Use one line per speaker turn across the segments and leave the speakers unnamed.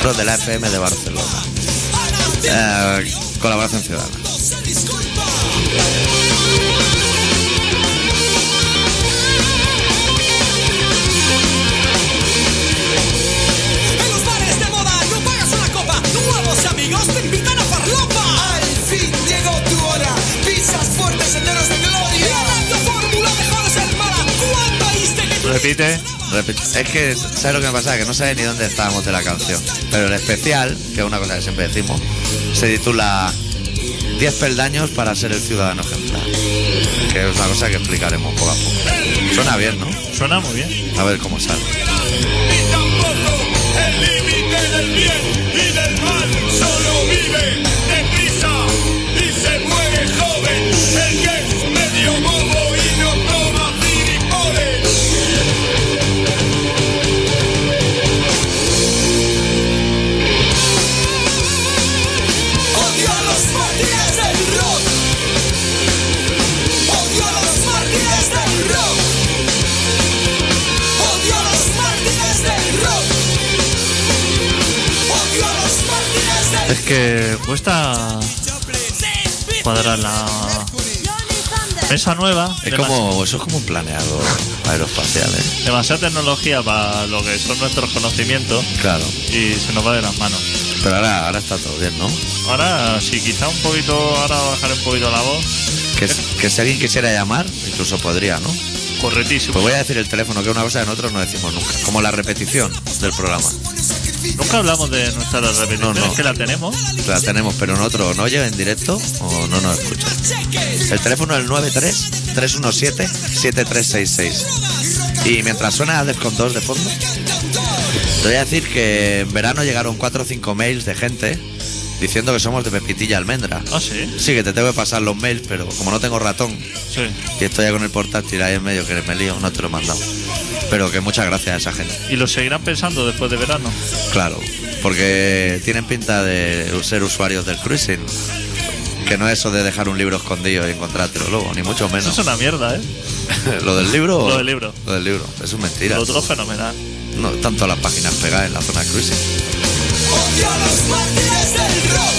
Pro de la FM de Barcelona.
Ah,
Eh, colaboración ciudadana.
En los bares de moda no pagas una copa. Nuevos amigos te invitan a farlopa. Al fin llegó tu hora. Pisas fuertes senderos de gloria. La radio fórmula dejó de ser mala. ¿Cuándo oíste que tu
Repite.
Repito, Es que, ¿sabes lo que me pasa? Que no sabes ni dónde estábamos de la canción. Pero el especial, que es una cosa que siempre decimos, se titula 10 peldaños para ser el ciudadano ejemplar. Que es una cosa que explicaremos poco a poco. Suena bien, ¿no?
Suena muy bien.
A ver cómo sale.
ni tampoco el límite del bien y del mal. Solo vive deprisa y se muere joven. El que es medio bobo y no toma gilipollas.
Odio a los mártires del rock. Odio a los mártires del rock. Odio a los mártires del rock. Odio a los mártires del
Es que cuesta cuadrar la mesa nueva.
Es
demasi-
como, eso es como un planeado aeroespacial, ¿eh?
Demasiada tecnología para lo que son nuestros conocimientos
Claro.
y se nos va de las manos.
Pero ahora, ahora está todo bien, ¿no?
Ahora, sí, quizá un poquito, ahora bajaré un poquito la voz.
Que, si- que si alguien quisiera llamar, incluso podría, ¿no?
Correctísimo.
Pues voy a decir el teléfono, que es una cosa que nosotros no decimos nunca. Como la repetición del programa.
Nunca hablamos de nuestras repeticiones,
No, no.
que la tenemos.
La tenemos, pero nosotros no llega en directo o no nos escucha. El teléfono es el 93-317-7366. Y mientras suena Defcon 2 de fondo, te voy a decir que en verano llegaron 4 o 5 mails de gente diciendo que somos de Pepitilla Almendra.
Ah, sí,
Sí, que te tengo que pasar los mails, pero como no tengo ratón
sí.
y estoy ya con el portátil ahí en medio que me lío, no te lo he mandado. Pero que muchas gracias a esa gente.
Y lo seguirán pensando después de verano.
Claro, porque tienen pinta de ser usuarios del cruising. Que no es eso de dejar un libro escondido y encontrártelo luego, ni mucho
Eso
menos.
es una mierda, ¿eh?
¿Lo del libro?
Lo del libro.
Lo del libro. Eso es mentira.
Lo otro es fenomenal.
No, tanto las páginas pegadas en la zona cruising.
Odio a los mártires del rock.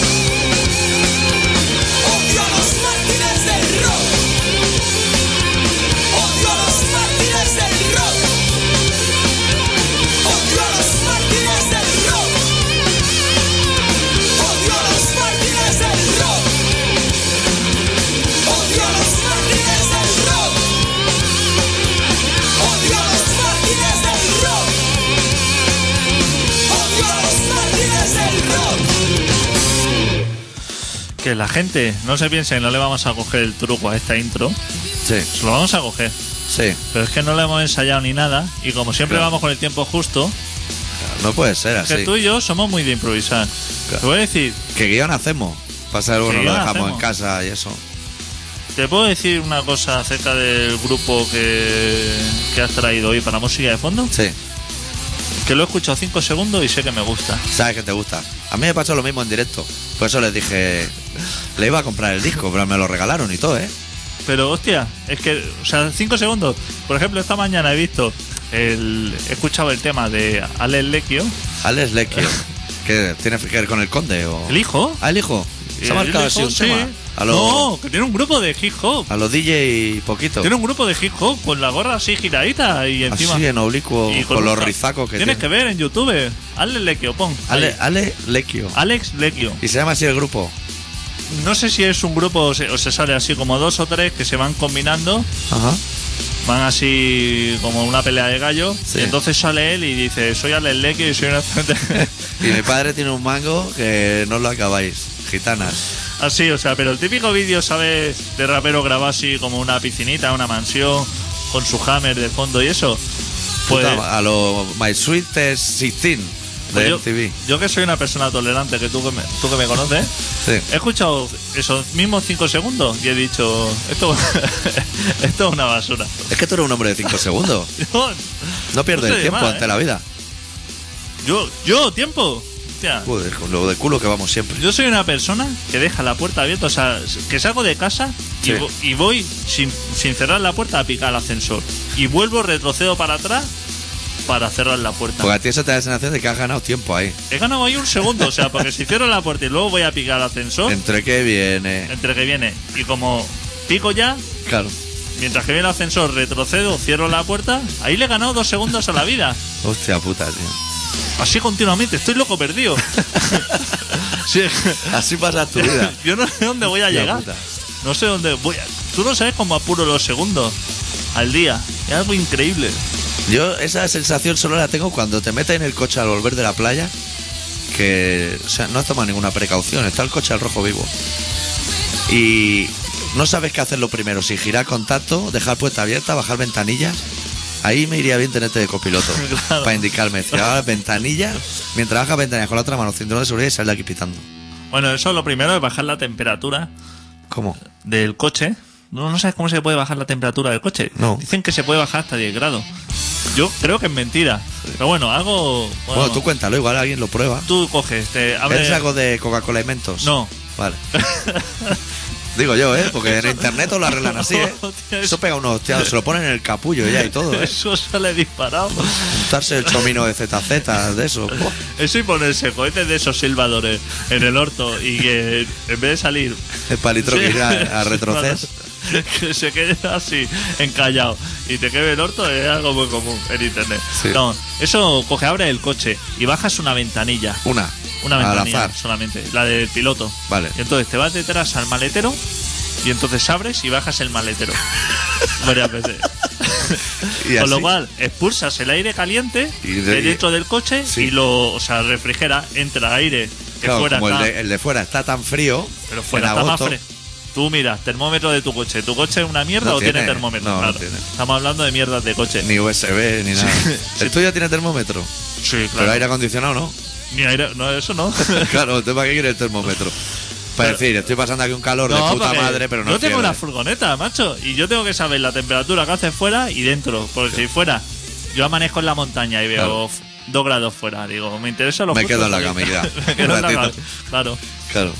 Odio a los mártires del rock. Odio a los mártires del rock. Odio a los mártires del rock. Odio a los mártires del rock. Odio a los mártires del rock. Odio a los mártires del rock. Odio a los mártires del rock.
Que la gente no se piense que no le vamos a coger el truco a esta intro.
Sí,
Se lo vamos a coger.
sí.
Pero es que no lo hemos ensayado ni nada. Y como siempre
Claro.
vamos con el tiempo justo,
No puede ser
que
así.
tú y yo somos muy de improvisar.
Claro.
Te voy a decir,
¿Qué guión hacemos? Pasa algo,
¿Qué
nos lo
guión
dejamos
hacemos?
en casa y eso.
te puedo decir una cosa acerca del grupo que, que has traído hoy para música de fondo.
Sí.
Que lo he escuchado 5 segundos y sé que me gusta.
Sabes que te gusta. A mí me pasó lo mismo en directo. Por eso les dije. Le iba a comprar el disco, pero me lo regalaron y todo, ¿eh?
Pero hostia, es que, o sea, cinco segundos. Por ejemplo, esta mañana he visto, el, he escuchado el tema de Alex Lequio,
Alex Lecchio. que tiene que ver con el conde o.
el hijo.
Ah, el hijo. Se ha
El
marcado así
hijo,
un tema.
sí.
A los
No, que tiene un grupo de hip hop.
a lo DJ poquito.
Tiene un grupo de hip hop con la gorra así giradita y
Así
encima.
en oblicuo
y
con, los
un-
rizacos que
Tienes
tiene.
que ver en YouTube. Alex Lequio, pon.
Ale,
Ahí.
Ale Lecchio.
Alex Lequio.
Y se llama así el grupo.
No sé si es un grupo o se, o se sale así como dos o tres que se van combinando,
Ajá.
van así como una pelea de gallo.
Sí.
Y entonces sale él y dice: Soy Alex Lequio y soy una.
Y mi padre tiene un mango que no lo acabáis. Gitanas.
Así, o sea, pero el típico vídeo, ¿sabes? De rapero grabado así como una piscinita, una mansión, con su hammer de fondo y eso. Pues,
Puta, a lo My Sweetest 16
pues
de
yo,
MTV.
yo que soy una persona tolerante, que tú que me, tú que me conoces,
Sí.
he escuchado esos mismos cinco segundos y he dicho, esto, esto es una basura.
Es que tú eres un hombre de 5 segundos.
Yo,
No pierdes el
No estoy de
tiempo
mal,
ante
¿eh?
la vida.
yo, yo, tiempo. Hostia.
Joder, con lo de culo que vamos siempre.
Yo soy una persona que deja la puerta abierta, o sea, que salgo de casa y,
Sí.
vo- y voy sin, sin cerrar la puerta a picar el ascensor. Y vuelvo, retrocedo para atrás para cerrar la puerta.
Porque a ti eso te da la sensación de que has ganado tiempo ahí.
He ganado ahí un segundo, o sea, porque si cierro la puerta y luego voy a picar ascensor,
Entre que viene.
entre que viene y como pico ya,
Claro.
mientras que viene el ascensor, retrocedo, cierro la puerta, ahí le he ganado dos segundos a la vida.
Hostia puta, tío.
Así continuamente, estoy loco perdido. Sí, es que-
Así pasa tu vida.
Yo no sé dónde voy a
Hostia
llegar.
puta.
No sé dónde voy. a- Tú no sabes cómo apuro los segundos al día. Es algo increíble.
Yo esa sensación solo la tengo cuando te metes en el coche al volver de la playa. Que, o sea, no has tomado ninguna precaución. Está el coche al rojo vivo. Y no sabes qué hacer lo primero. Si girar contacto, dejar puerta abierta, bajar ventanillas. Ahí me iría bien tenerte de copiloto.
Claro.
Para indicarme. Cerrar las ventanillas. Mientras bajas ventanillas con la otra mano, cinturón de seguridad y sal de aquí pitando.
Bueno, eso lo primero es bajar la temperatura
¿Cómo?
del coche. No, no sabes cómo se puede bajar la temperatura del coche.
No.
Dicen que se puede bajar hasta 10 grados. Yo creo que es mentira. Pero bueno, algo.
Bueno, tú cuéntalo, igual alguien lo prueba.
tú coges, te abres.
¿Eres algo de Coca-Cola y Mentos?
No.
Vale. Digo yo, ¿eh? Porque en internet os lo arreglan así, ¿eh?
No, tío,
Eso pega unos hostiados, se lo ponen en el capullo ya y todo, ¿eh?
Eso sale disparado.
Juntarse el chomino de ZZ, de eso. Buah.
Eso y ponerse cohetes de esos silbadores en el orto y que en vez de salir
El palitro que
Sí.
irá a, retroceder.
Que se quede así, encallado. Y te quede el orto es algo muy común en internet.
Sí.
No, eso coge, abre el coche y bajas una ventanilla.
Una.
Una
Al
ventanilla
azar.
solamente, la del piloto.
Vale.
Y entonces te vas detrás al maletero y entonces abres y bajas el maletero. Varias veces.
Y
Con lo
así.
cual, expulsas el aire caliente
Y de-
de dentro del coche
Sí.
y lo o sea, refrigera, entra aire que
Claro,
fuera
como el
está-
de, el de fuera está tan frío.
pero fuera
en
está más
agosto,
fresco. Tú miras, termómetro de tu coche. ¿Tu coche es una mierda
No
o tiene,
tiene,
termómetro?
no, no
Claro.
tiene.
Estamos hablando de mierdas de coche.
Ni USB, ni nada.
Sí.
El tuyo tiene termómetro,
sí,
pero
claro.
aire acondicionado no.
Ni aire- No, eso no.
Claro, el tema que quiere el termómetro. Para
Pero-
decir, estoy pasando aquí un calor de puta
porque
madre, pero no
Yo tengo
cierre.
una furgoneta, macho. Y yo tengo que saber la temperatura que hace fuera y dentro. Porque si fuera, yo amanezco en la montaña y veo
Claro.
f- dos grados fuera. Digo, me interesa lo
Me
justo
quedo en la
para
cama,
ir.
ya.
Me quedo
Un
en la
ratito.
cama, Claro.
Claro.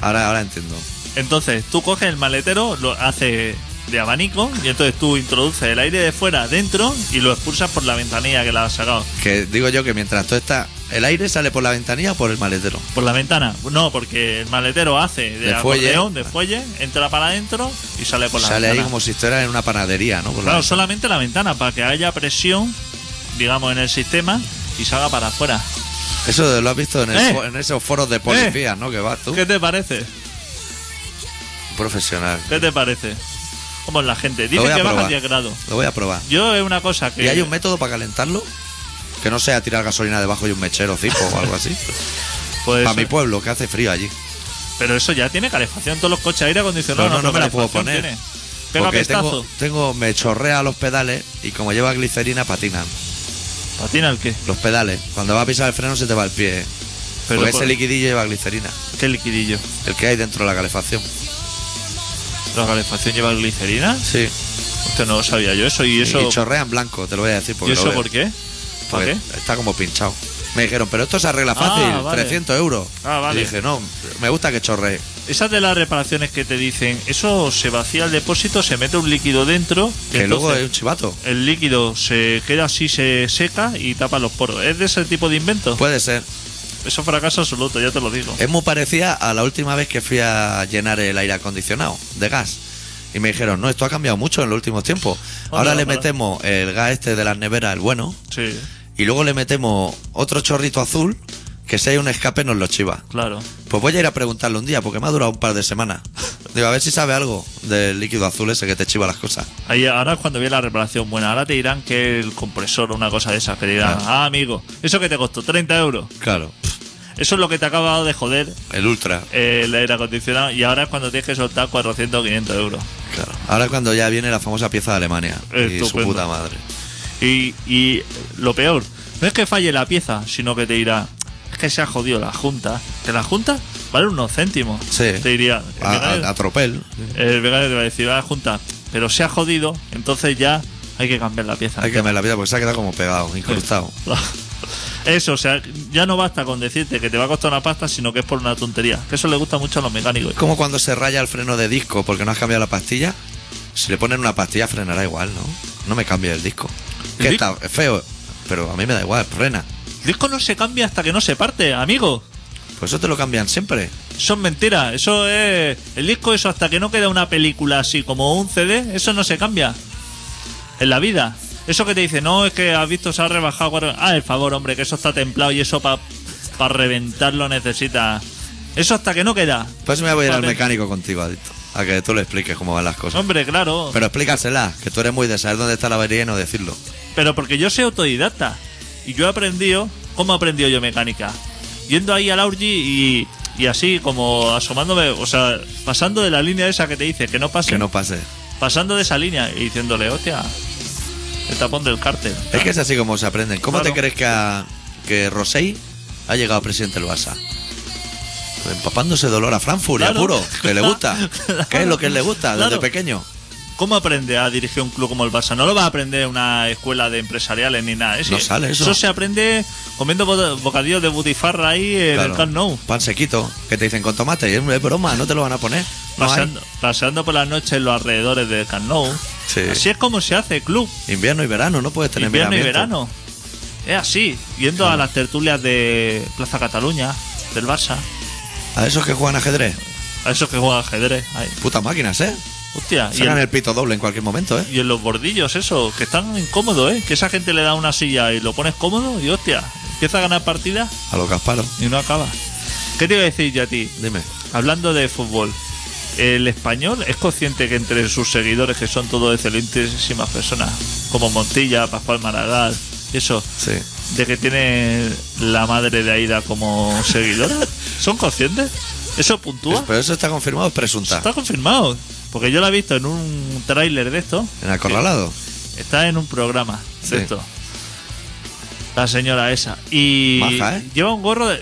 Ahora, ahora entiendo.
Entonces, tú coges el maletero, lo hace de abanico y entonces tú introduces el aire de fuera dentro y lo expulsas por la ventanilla que la has sacado.
Que digo yo que mientras tú estás. ¿El aire sale por la ventanilla o por el maletero?
Por la ventana. No, porque el maletero hace de,
De fuelle.
acordeón, de fuelle, entra para adentro y sale por la
sale ahí
ventana.
como si estuvieras en una panadería, ¿no? Por la
Claro,
ventana.
solamente la ventana, para que haya presión, digamos, en el sistema y salga para afuera.
Eso lo has visto en, el
Eh.
fo- en esos foros de policía, ¿no? Que vas tú.
¿Qué te parece?
Profesional.
¿Qué te parece? Como la gente.
Lo
Dice
voy a
que baja
probar.
10 grados.
Lo voy a probar.
Yo es una cosa que...
¿Y hay un método para calentarlo? Que no sea tirar gasolina debajo y un mechero cipo o algo así.
pues,
Para mi pueblo, que hace frío allí.
Pero eso ya tiene calefacción, todos los coches aire acondicionado.
Pero no, no me la puedo
calefacción
poner.
tiene. Pega
Porque
pestazo.
tengo, tengo, me chorrea los pedales y como lleva glicerina patinan.
¿Patina el qué?
Los pedales. Cuando vas a pisar el freno se te va el pie.
Pero
porque
por-
ese liquidillo lleva glicerina.
¿Qué liquidillo?
El que hay dentro de la calefacción.
¿La calefacción lleva glicerina?
Sí.
Esto no lo sabía yo eso y eso...
Y chorrea en blanco, te lo voy a decir.
¿Y
Porque
eso
lo veo.
por qué? ¿Por
Porque
qué?
Está como pinchado. Me dijeron, pero esto se arregla fácil,
Ah, vale.
300 euros.
Ah, vale.
Y dije, no, me gusta que chorree.
Esas de las reparaciones que te dicen, eso se vacía el depósito, se mete un líquido dentro,
Que
entonces
luego es un chivato.
el líquido se queda así, se seca y tapa los poros. ¿Es de ese tipo de invento?
Puede ser.
Eso fracaso absoluto, ya te lo digo.
Es muy parecida a la última vez que fui a llenar el aire acondicionado de gas. Y me dijeron, no, esto ha cambiado mucho en los últimos tiempos. Ahora
Anda,
le
para.
metemos el gas este de las neveras, el bueno,
Sí,
y luego le metemos otro chorrito azul, que si hay un escape nos lo chiva.
claro.
Pues voy a ir a preguntarle un día, porque me ha durado un par de semanas. Digo, a ver si sabe algo del líquido azul ese que te chiva las cosas.
Ahí, ahora es cuando viene la reparación buena, ahora te dirán que el compresor o una cosa de esas, que dirán,
Claro.
ah, amigo, eso que te costó 30 euros,
Claro.
eso es lo que te acaba de joder
El ultra.
eh, el aire acondicionado y ahora es cuando tienes que soltar 400 o 500 euros.
Claro. Ahora es cuando ya viene la famosa pieza de Alemania. Y su
Estupendo.
puta madre.
Y, y lo peor, no es que falle la pieza, sino que te dirá, es que se ha jodido la junta. Que la junta vale unos céntimos.
Sí. Ah,
Te diría,
A,
el
a-
becario-
a tropel.
el becario te va a decir, "Ah, junta, pero se ha jodido, entonces ya hay que cambiar la pieza.
Hay que ver la vida porque se ha quedado como pegado, incrustado.
Eso, o sea, ya no basta con decirte que te va a costar una pasta, sino que es por una tontería. Que eso le gusta mucho a los mecánicos.
Es como cuando se raya el freno de disco porque no has cambiado la pastilla. Si le ponen una pastilla frenará igual, ¿no? No me cambie el disco.
¿El
Que
disco?
está feo. Pero a mí me da igual, frena.
El disco no se cambia hasta que no se parte, amigo.
Pues eso te lo cambian siempre.
Eso es mentira. Eso es. El disco, eso hasta que no queda una película así como un CD, eso no se cambia. En la vida. Eso que te dice, no, es que has visto, se ha rebajado. cuatro- Ah, el favor, hombre, que eso está templado y eso para reventarlo necesita. Eso hasta que no queda.
Pues me voy a ir al
Vale.
mecánico contigo, adicto. A que tú le expliques cómo van las cosas.
Hombre, claro. Pero,
Pero explícasela, que tú eres muy de saber dónde está la avería y no decirlo.
porque yo soy autodidacta. Y yo he aprendido. ¿Cómo he aprendido yo mecánica? Yendo ahí al Aurgi y. Y así como asomándome, o sea, pasando de la línea esa que te dice que no pase.
Que no pase.
pasando de esa línea y diciéndole, hostia, el tapón del cártel.
Es que es así como se aprenden. ¿Cómo te
Claro.
crees que, a- que Rosell ha llegado presidente del Barça? Pues Empapándose dolor a Frankfurt, y a
Claro.
puro, que le gusta.
Claro.
¿Qué es lo que le gusta desde
Claro.
pequeño?
¿Cómo aprende a dirigir un club como el Barça? No lo va a aprender en una escuela de empresariales ni nada. ¿eh?
No sale eso.
Eso se aprende comiendo bo- bocadillos de butifarra ahí en
Claro.
el Camp Nou.
Pan sequito, que te dicen con tomate. Y es, es broma, no te lo van a poner. No hay.
Paseando, paseando por las noches en los alrededores del Camp Nou.
Sí.
Así es como se hace club.
Invierno y verano, no puedes tener
invierno y
miramiento.
verano. Es así. Yendo a las tertulias de Plaza Cataluña, del Barça.
A esos que juegan ajedrez.
A esos que juegan ajedrez. Ay,
Putas máquinas, ¿eh?
hostia. y
Sacan
el-
el pito doble en cualquier momento, ¿eh?
Y en los bordillos, eso, que están incómodos, ¿eh? Que esa gente le da una silla y lo pones cómodo y hostia, empieza a ganar partidas
A los Gasparos.
y no acaba. ¿Qué te iba a decir yo a ti?
Dime.
Hablando de fútbol, el español es consciente que entre sus seguidores, que son todos excelentísimas personas, como Montilla, Pascual Maragall, eso,
Sí.
de que tiene la madre de Aida como seguidora, ¿son conscientes? ¿Eso puntúa?
Pues, Pero eso está confirmado, es presunta.
Está confirmado, porque yo la he visto en un tráiler de esto.
En acorralado.
Está en un programa
Sí.
de esto. La señora esa. Y
Maja, ¿eh?
lleva un gorro de...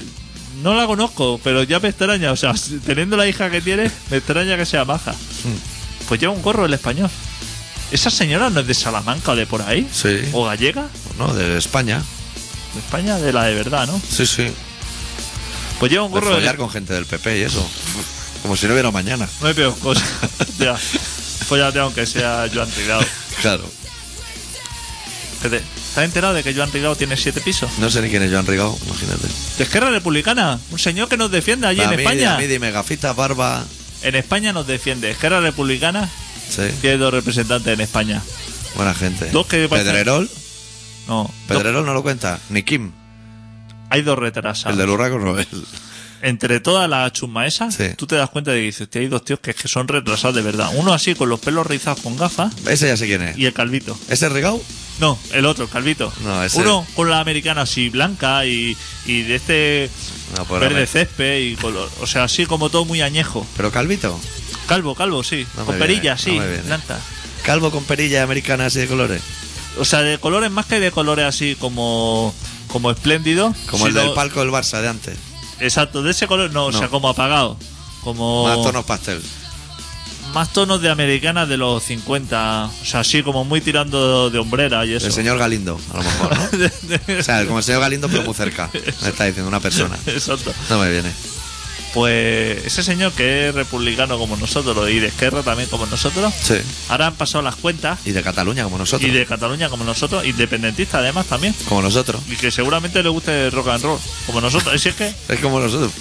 No la conozco, pero ya me extraña. O sea, teniendo la hija que tiene, me extraña que sea maja.
Hmm.
Pues lleva un gorro el español. ¿Esa señora no es de Salamanca o de por ahí?
Sí.
¿O gallega?
No, de España.
De España, de la de verdad, ¿no?
Sí, sí.
Pues lleva un
De
gorro
follar con gente del PP y eso. Como si no hubiera mañana.
No hay peor cosa. Pues ya. Fóllate aunque sea Joan Tirado.
Claro.
¿Estás enterado de que Joan Tirado tiene siete pisos?
No sé ni quién es Joan Rigao, imagínate.
De Esquerra Republicana, un señor que nos defiende allí
a,
en
mí,
España.
a mí dime gafitas, barba.
En España nos defiende. Esquerra Republicana
Sí.
tiene dos representantes en España.
Buena gente.
Dos que parecen-
Pedrerol.
No. dos-
Pedrerol no lo cuenta. Ni Kim.
hay dos retrasados.
El del Urraco Nobel.
Entre todas las chusma esas,
Sí.
tú te das cuenta de que dices, "Hostia, hay dos tíos que, es que son retrasados de verdad. Uno así con los pelos rizados con gafas
Ese ya sé quién es.
y el calvito.
¿Ese es Rigao?
No, el otro, el calvito.
No, ese-
Uno con la americana así blanca y, y de este
No, pues,
verde
hombre.
césped y color. O sea, así como todo muy añejo.
Pero Calvito.
Calvo, calvo, sí.
No me
con
viene,
perilla,
no
sí,
me viene.
blanca.
Calvo con perilla americana así de colores.
O sea, de colores más que de colores así como, como espléndidos.
Como el
sino-
del palco del Barça de antes.
Exacto, de ese color, no, o
No.
sea, como apagado. Como
Más tonos pastel.
más tonos de americanas de los 50. O sea, así como muy tirando de hombrera y eso.
El señor Galindo, a lo mejor, ¿no?
De- de-
O sea, como el señor Galindo, pero muy cerca. Me está diciendo una persona.
Exacto.
No me viene.
Pues ese señor que es republicano como nosotros y de izquierda también como nosotros,
Sí.
ahora han pasado las cuentas
Y de Cataluña, como nosotros.
y de Cataluña como nosotros, independentista además también.
Como nosotros.
Y que seguramente le guste el rock and roll, como nosotros. Así es que,
Es como nosotros.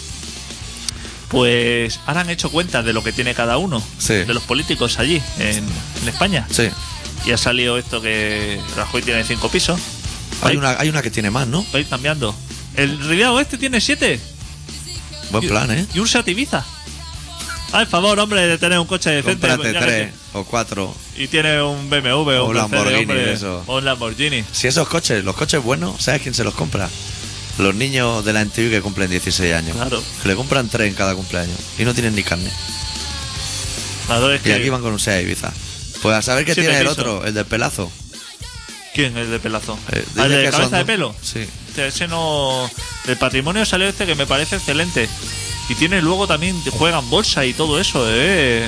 pues ahora han hecho cuentas de lo que tiene cada uno
Sí.
de los políticos allí, en, en España.
Sí.
Y ha salido esto que Rajoy tiene cinco pisos. Va a
Hay
ir-
una, hay una que tiene más, ¿no?
va a ir cambiando. El Rideado este tiene siete
Buen plan, ¿eh?
y un Sativiza. Al favor, hombre, de tener un coche decente. pues
Cómprate
ya que
tres o cuatro.
te- Y tiene un BMW o
un
un Mercedes,
Lamborghini,
hombre,
eso.
O un Lamborghini.
Si esos coches, los coches buenos, ¿sabes quién se los compra? Los niños de la NTV que cumplen 16 años.
Claro.
Que le compran tres en cada cumpleaños. Y no tienen ni carne.
La verdad es
Y
que-
aquí van con un SEA Ibiza. Pues a saber qué
Siete
tiene el
pisos.
otro, el del pelazo.
¿Quién? El de pelazo.
Eh,
¿El
dicen
de
que son
cabeza de
dos-
pelo?
Sí.
Hostia, Este, Ese no. Del patrimonio salió este que me parece excelente. Y tiene luego también. Juegan bolsa y todo eso, ¿eh?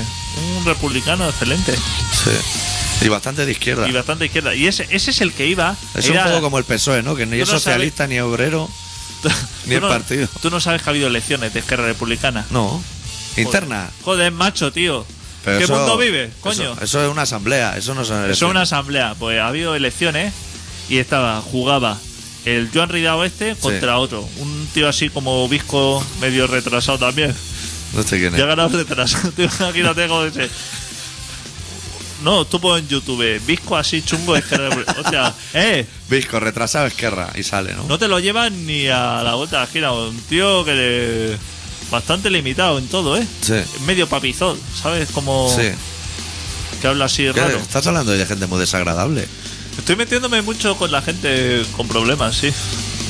Un republicano excelente.
Sí. Y bastante de izquierda.
Y bastante izquierda. Y ese, ese es el que iba.
Es
era-
un poco como el PSOE, E, ¿no? Que ni
Tú
es
no
socialista, ni obrero,
Tú
ni el
no-
partido.
Tú no sabes que ha habido elecciones de Esquerra Republicana.
No. Interna.
Joder, Joder, macho, tío.
Pero
¿Qué
eso-
mundo vive, coño?
Eso, eso es una asamblea, eso no son
Eso es
elecciones.
una asamblea. Pues ha habido elecciones y estaba, jugaba el Joan Ridao este contra otro. Un tío así como obisco medio retrasado también.
No sé quién es.
Ya ganado retrasado, tío. Imagínate cómo dice. No, tú pones en YouTube, Visco así chungo, es que. Hostia, eh,
Visco, retrasado Esquerra y sale, ¿no?
no te lo llevas ni a la vuelta de la esquina. Un tío que le- Bastante limitado en todo, ¿eh?
Sí.
Medio papizol, ¿sabes? Como
Sí. este-
que habla así
¿Qué?
raro.
Estás hablando de gente muy desagradable.
Estoy metiéndome mucho con la gente con problemas, sí.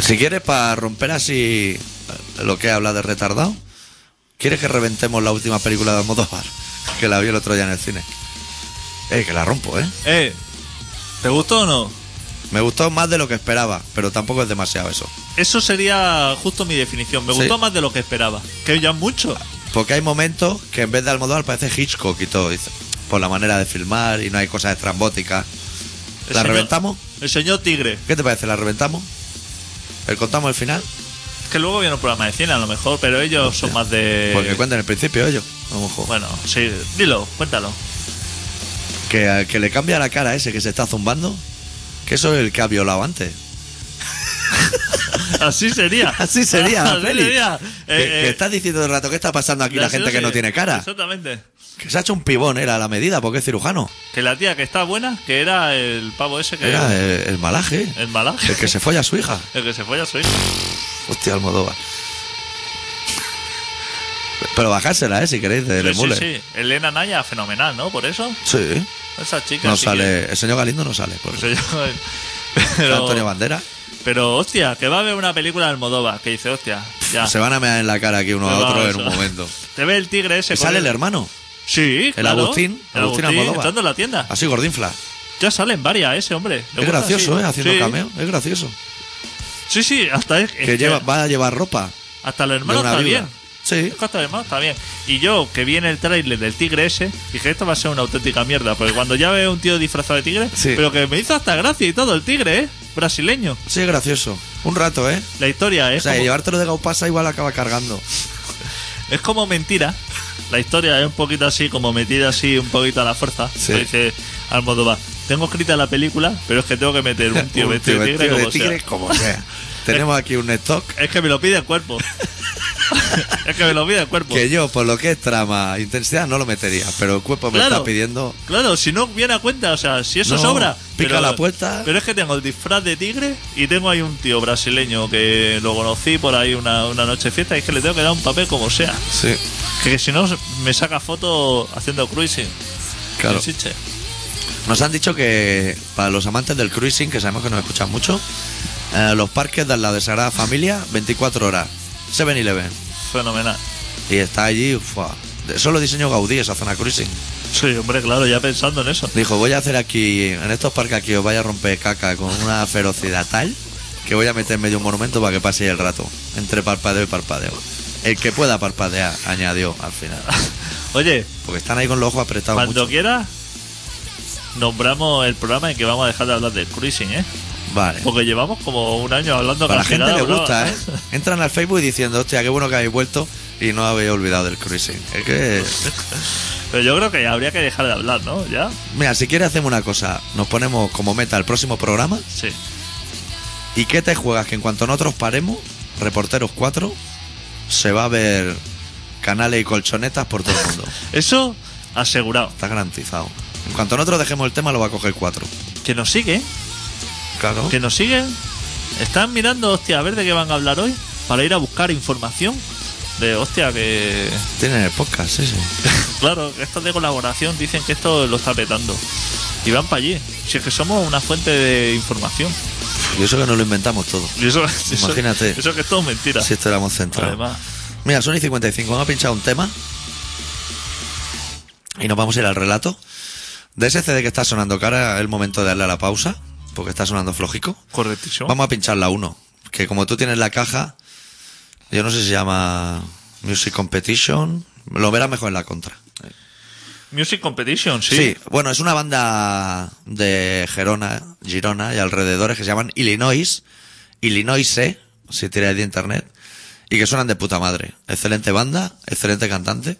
Si quieres, para romper así lo que habla de retardado, ¿quieres que reventemos la última película de Almodóvar? Que la vi el otro día en el cine. Eh, que la rompo, ¿eh?
Eh, ¿te gustó o no?
Me gustó más de lo que esperaba, pero tampoco es demasiado eso.
Eso sería justo mi definición. Me
Sí.
gustó más de lo que esperaba. Que ya es mucho.
Porque hay momentos que en vez de Almodóvar parece Hitchcock y todo, dice, por la manera de filmar y no hay cosas estrambóticas.
El
¿La
señor-
reventamos?
El señor Tigre.
¿Qué te parece? ¿La reventamos? ¿El contamos el final?
Que luego viene un programa de cine a lo mejor, pero ellos son más de.
Porque cuentan el principio ellos. A lo mejor.
Eh, Bueno, sí, dilo, cuéntalo.
Que, al que le cambia la cara a ese que se está zumbando, que eso es el que ha violado antes.
Así sería.
Así sería. la
Así
peli.
sería.
Que,
Eh,
que
eh,
estás diciendo todo el rato, ¿qué está pasando aquí la
así
gente que no
se-
tiene cara?
Exactamente.
Que se ha hecho un pibón, era la medida, porque es cirujano.
Que la tía que está buena, que era el pavo ese que.
Era el, el malaje.
el malaje.
El que se folla a su hija.
El que se fue a su hija.
Hostia, Almodóvar. Pero bajársela, ¿eh? Si queréis, del
Sí, sí,
emule.
sí. Elena Naya, fenomenal, ¿no? Por eso.
Sí.
Esa chica.
No
sí
sale. El señor Galindo no sale. por
que-
eso.
se llama- Pero,
Antonio Bandera.
pero, hostia, que va a ver una película de Almodóvar. Que dice, hostia, ya.
Se van a mear en la cara aquí uno a
Pero
otro
vamos,
en un
o sea,
momento.
Te ve el tigre ese.
Que sale el
con-
hermano.
Sí,
El
claro.
Agustín. Agustín
El Agustín
Almodóvar.
entrando en la tienda.
Así gordinfla.
Ya salen varias ese hombre. Le
Es
gusta
gracioso,
así.
¿eh? Haciendo
Sí.
cameo. Es gracioso.
Sí, sí, hasta es, es
Que lleva, va a llevar ropa.
Hasta el
De
hermano
una
está
vida.
bien.
Sí.
Es que hasta el hermano está bien. Y yo, que vi en el tráiler del tigre ese, dije, esto va a ser una auténtica mierda. Porque cuando ya veo un tío disfrazado de tigre,
Sí.
pero que me hizo hasta gracia y todo el tigre, ¿eh? Brasileño.
Sí, es gracioso. Un rato, ¿eh?
La historia
O
es,
sea,
como,
llevártelo de Gaupasa igual acaba cargando.
es como mentira. La historia es un poquito así, como metida así, un poquito a la fuerza.
Sí.
Me Dice Almodóvar, tengo escrita la película, pero es que tengo que meter un tío
Un
vestido de tigre
vestido
como
de tigre
sea.
como sea. Tenemos aquí un stock
Es que me lo pide el cuerpo. es que me lo pide el cuerpo.
que yo, por lo que es trama, intensidad, no lo metería. Pero el cuerpo me
Claro.
está pidiendo.
Claro, si no viene a cuenta, o sea, si eso
No,
sobra.
pica la puerta.
Pero es que tengo el disfraz de tigre y tengo ahí un tío brasileño que lo conocí por ahí una, una noche de fiesta y es que le tengo que dar un papel como sea.
Sí,
Que, que si no, me saca foto haciendo cruising.
claro.
El chiche.
Nos han dicho que para los amantes del cruising, que sabemos que nos escuchan mucho, eh, los parques de la de Sagrada Familia, 24 horas. 7-Eleven.
Fenomenal.
Y está allí. ¡fua! Solo diseñó Gaudí esa zona cruising.
Sí, hombre, claro, ya pensando en eso.
Dijo, voy a hacer aquí, en estos parques aquí os vaya a romper caca con una ferocidad tal que voy a meter en medio un monumento para que pase el rato, entre parpadeo y parpadeo. El que pueda parpadear, añadió al final.
Oye,
Porque están ahí con los ojos apretados
cuando
mucho.
quieras, nombramos el programa en que vamos a dejar de hablar del cruising, ¿eh?
Vale.
Porque llevamos como un año hablando
Para la gente
cantidad,
le
bro.
gusta, ¿eh? Entran al Facebook diciendo, hostia, qué bueno que habéis vuelto y no habéis olvidado del cruising. Es que...
Pero yo creo que ya habría que dejar de hablar, ¿no? Ya,
Mira, si quieres hacemos una cosa. Nos ponemos como meta el próximo programa.
sí.
¿Y qué te juegas? Que en cuanto nosotros paremos, Reporteros 4, se va a ver canales y colchonetas por todo el mundo.
Eso asegurado.
Está garantizado. En cuanto nosotros dejemos el tema, lo va a coger 4.
Que nos sigue,
Claro.
que nos siguen. Están mirando, hostia, a ver de qué van a hablar hoy para ir a buscar información de, hostia, que...
Tienen el podcast, sí, sí.
Claro, que estos de colaboración dicen que esto lo está petando. Y van para allí. Si es que somos una fuente de información.
Y eso que no lo inventamos todo.
Y eso, eso-
Imagínate.
Eso, que es todo mentira.
Si esto éramos central.
Además,
Mira, Sony 55, vamos a pinchar un tema. Y nos vamos a ir al relato. De ese CD que está sonando, que ahora es el momento de darle a la pausa, porque está sonando flojico.
correctísimo.
Vamos a pinchar la 1. Que como tú tienes la caja, yo no sé si se llama Music Competition. Lo verás mejor en la contra.
Music Competition, sí.
Bueno, es una banda de Gerona, Girona y alrededores que se llaman Illinois. Illinoise, si tiráis de internet. Y que suenan de puta madre. Excelente banda, excelente cantante.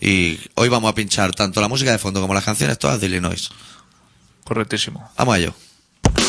Y hoy vamos a pinchar tanto la música de fondo como las canciones todas de Illinois.
Correctísimo.
Vamos a ello.
Esta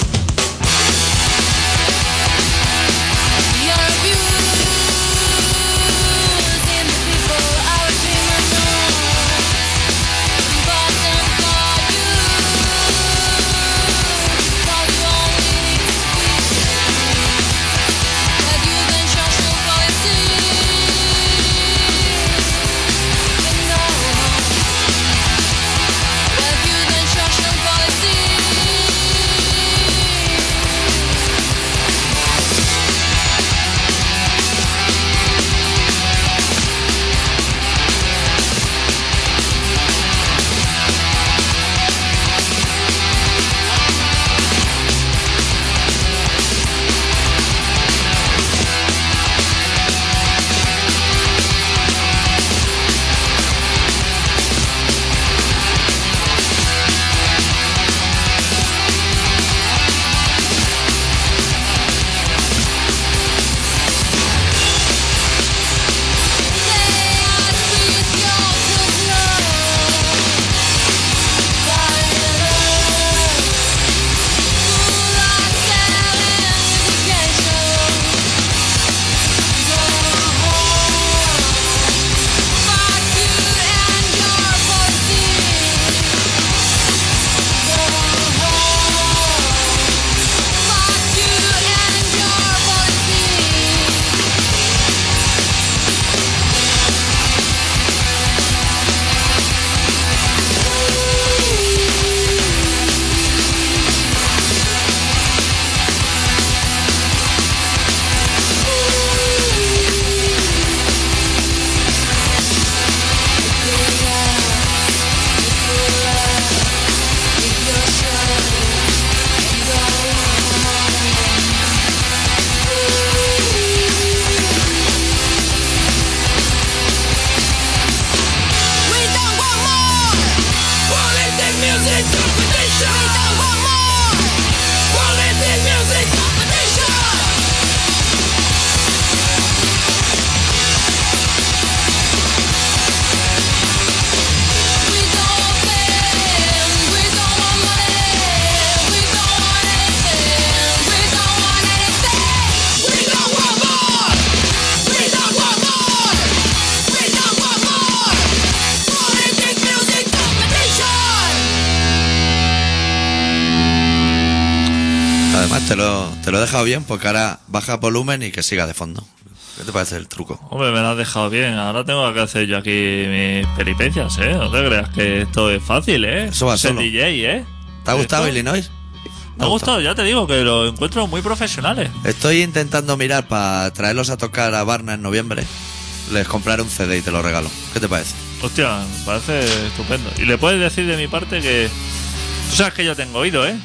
Además, te lo, te lo he dejado bien porque ahora baja volumen y que siga de fondo. ¿Qué te parece el truco?
Hombre, me lo has dejado bien. Ahora tengo que hacer yo aquí mis peripecias, ¿eh? No te creas que esto es fácil, ¿eh?
Eso va
Ser
solo.
DJ, ¿eh?
¿Te ha gustado
Esto-
Illinois?
Me ha gustado, ya te digo que los encuentro muy ¿eh? profesionales.
Estoy intentando mirar para traerlos a tocar a Barna en noviembre. Les compraré un CD y te lo regalo. ¿Qué te parece?
Hostia, me parece estupendo. Y le puedes decir de mi parte que. Tú sabes que yo tengo oído, ¿eh?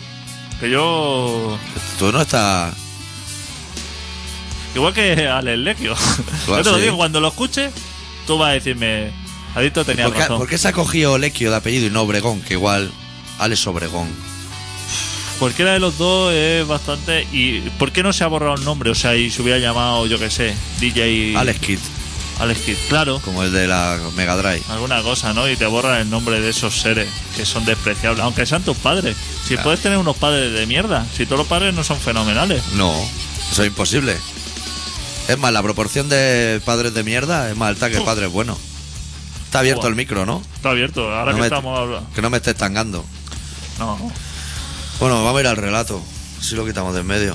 Que yo.
Tú no estás.
Igual que al Lequio.
Claro,
yo te lo
sí.
digo, cuando lo escuches, tú vas a decirme. Adicto tenía
¿Por qué,
razón.
por qué se ha cogido Lequio de apellido y no Obregón? Que igual Alex Obregón.
Cualquiera de los dos es bastante. ¿Y por qué no se ha borrado el nombre? O sea, y se hubiera llamado, yo qué sé, DJ.
Alex Kidd,
Alex Kidd, claro.
como el de la Mega Drive.
Alguna cosa, ¿no? Y te borran el nombre de esos seres que son despreciables, aunque sean tus padres. Si puedes tener unos padres de mierda, si todos los padres no son fenomenales.
No, eso es imposible. Es más, la proporción de padres de mierda es más alta que padres buenos. Está abierto
Buah.
el micro, ¿no?
Está abierto, ahora
No
que
me-
estamos hablando.
Que no me estés tangando.
No,
Bueno, vamos a ir al relato. Si lo quitamos de en medio.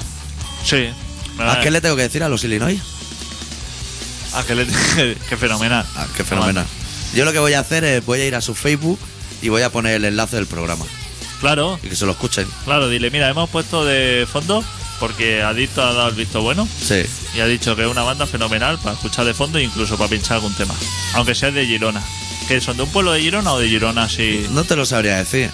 sí.
¿A qué le tengo que decir a los Illinois?
Ah, que le- qué fenomenal.
Ah, qué fenomenal. Yo lo que voy a hacer es voy a ir a su Facebook y voy a poner el enlace del programa.
Claro,
Y que se lo escuchen.
claro, dile, mira, hemos puesto de fondo porque Adicto ha dado el visto bueno
Sí.
y ha dicho que es una banda fenomenal para escuchar de fondo e incluso para pinchar algún tema. Aunque sea de Girona. ¿Que son de un pueblo de Girona o de Girona así?
No te lo sabría decir.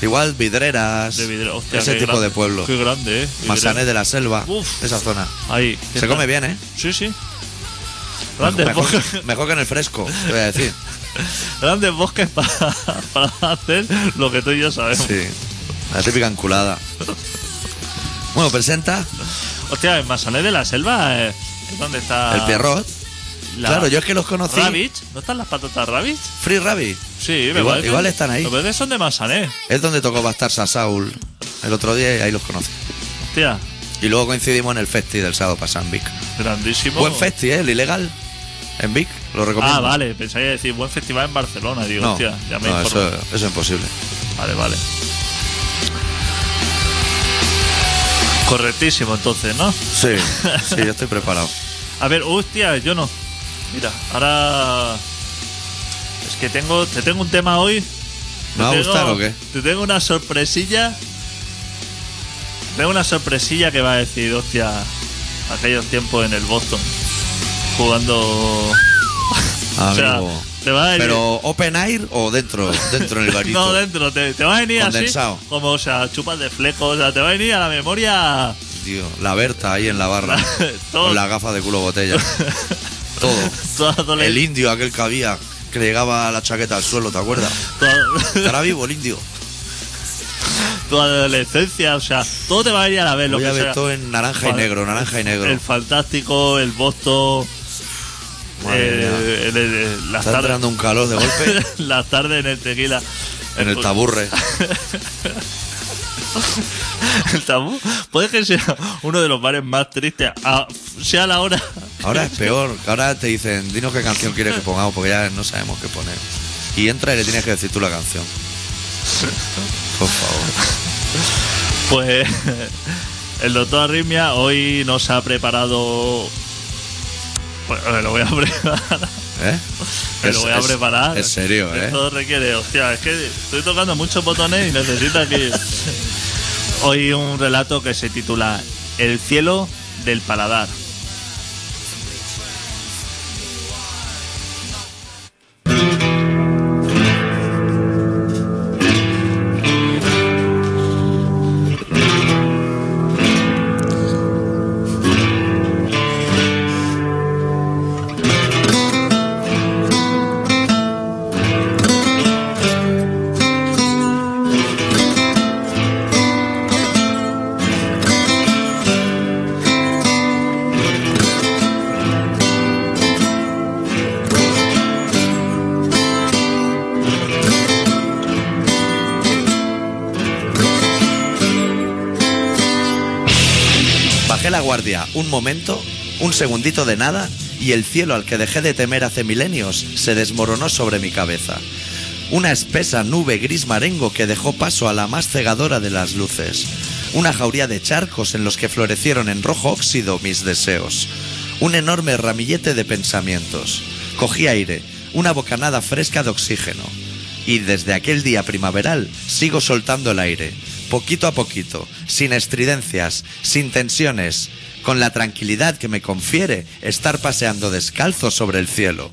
Igual Vidreras,
De Vidre- hostia,
ese
qué
tipo
grande,
de pueblo.
Qué grande, ¿eh? Vidre-
Masané de la Selva,
Uf.
esa zona.
Ahí.
Se come bien, ¿eh?
Sí, sí. Grandes,
mejor,
bosques,
mejor que en el fresco, te voy a decir.
grandes bosques para, para hacer lo que tú y yo sabemos.
Sí. La típica enculada. Bueno, presenta
Hostia, en Masané de la Selva eh, es donde está.
el Pierrot.
la-
Claro, yo es que los conocí.
Rabbit. ¿No están las patatas Rabbit?
Free Rabbit.
Sí, me
Igual-
parece.
igual están ahí.
Me parece que son de Masané.
Es donde tocó Bastar Saul el otro día y ahí los conocí.
Hostia,
Y luego coincidimos en el festi del sábado pasado en Vic.
grandísimo.
Buen festi, ¿eh? El ilegal. En Vic, lo recomiendo.
Oh. Ah, vale, pensáis decir buen festival en Barcelona. Digo,
No,
hostia, ya me
no,
informo.
eso, eso es imposible.
Vale, vale. Correctísimo, entonces, ¿no?
Sí, sí, yo estoy preparado.
A ver, hostia, yo no. Mira, ahora. Es que tengo. Te tengo un tema hoy.
¿No va a
Te tengo-
gustar o qué?
Te tengo una sorpresilla. Te Tengo una sorpresilla que va a decir, hostia, aquellos tiempos en el Boston. Jugando. o sea,
Amigo.
te va a venir.
Pero open air o dentro, dentro en el garito.
No, dentro, te, te va a venir
Condensado.
así. Como, o sea, chupas de fleco, o sea, te va a venir a la memoria.
Tío, la Berta ahí en la barra.
Todo.
con la gafa de culo botella. Todo.
toda adole-
El indio aquel que había, que le llegaba la chaqueta al suelo, ¿te acuerdas?
toda-
Estará vivo el indio.
tu adolescencia, o sea, todo te va a venir a la vez. Lo
Voy a
que
ver
sea.
todo en naranja y
Vale.
negro, naranja y negro.
El fantástico, el Boston,
Madre
eh,
mía.
el- el- el- las
Está entrando un
tardes,
calor de golpe
las tardes en el tequila, Eh,
en el taburre.
el tabú. Puede que sea uno de los bares más tristes, a- sea la hora.
Ahora es peor, que ahora te dicen, dinos qué canción quieres que pongamos, porque ya no sabemos qué poner. Y entra y le tienes que decir tú la canción. Por favor.
Pues el doctor Arritmia hoy nos ha preparado. Pues me lo voy a preparar.
¿Eh?
Me lo
Es-
voy a
es-
preparar.
Es serio, ¿eh?
Esto requiere, hostia, es que estoy tocando muchos botones y necesita que. Hoy un relato que se titula El cielo del paladar.
Bajé la guardia un momento, un segundito de nada, y el cielo al que dejé de temer hace milenios se desmoronó sobre mi cabeza. Una espesa nube gris marengo que dejó paso a la más cegadora de las luces. una jauría de charcos en los que florecieron en rojo óxido mis deseos, un enorme ramillete de pensamientos. Cogí aire, una bocanada fresca de oxígeno. Y desde aquel día primaveral sigo soltando el aire, poquito a poquito, sin estridencias, sin tensiones, con la tranquilidad que me confiere estar paseando descalzo sobre el cielo,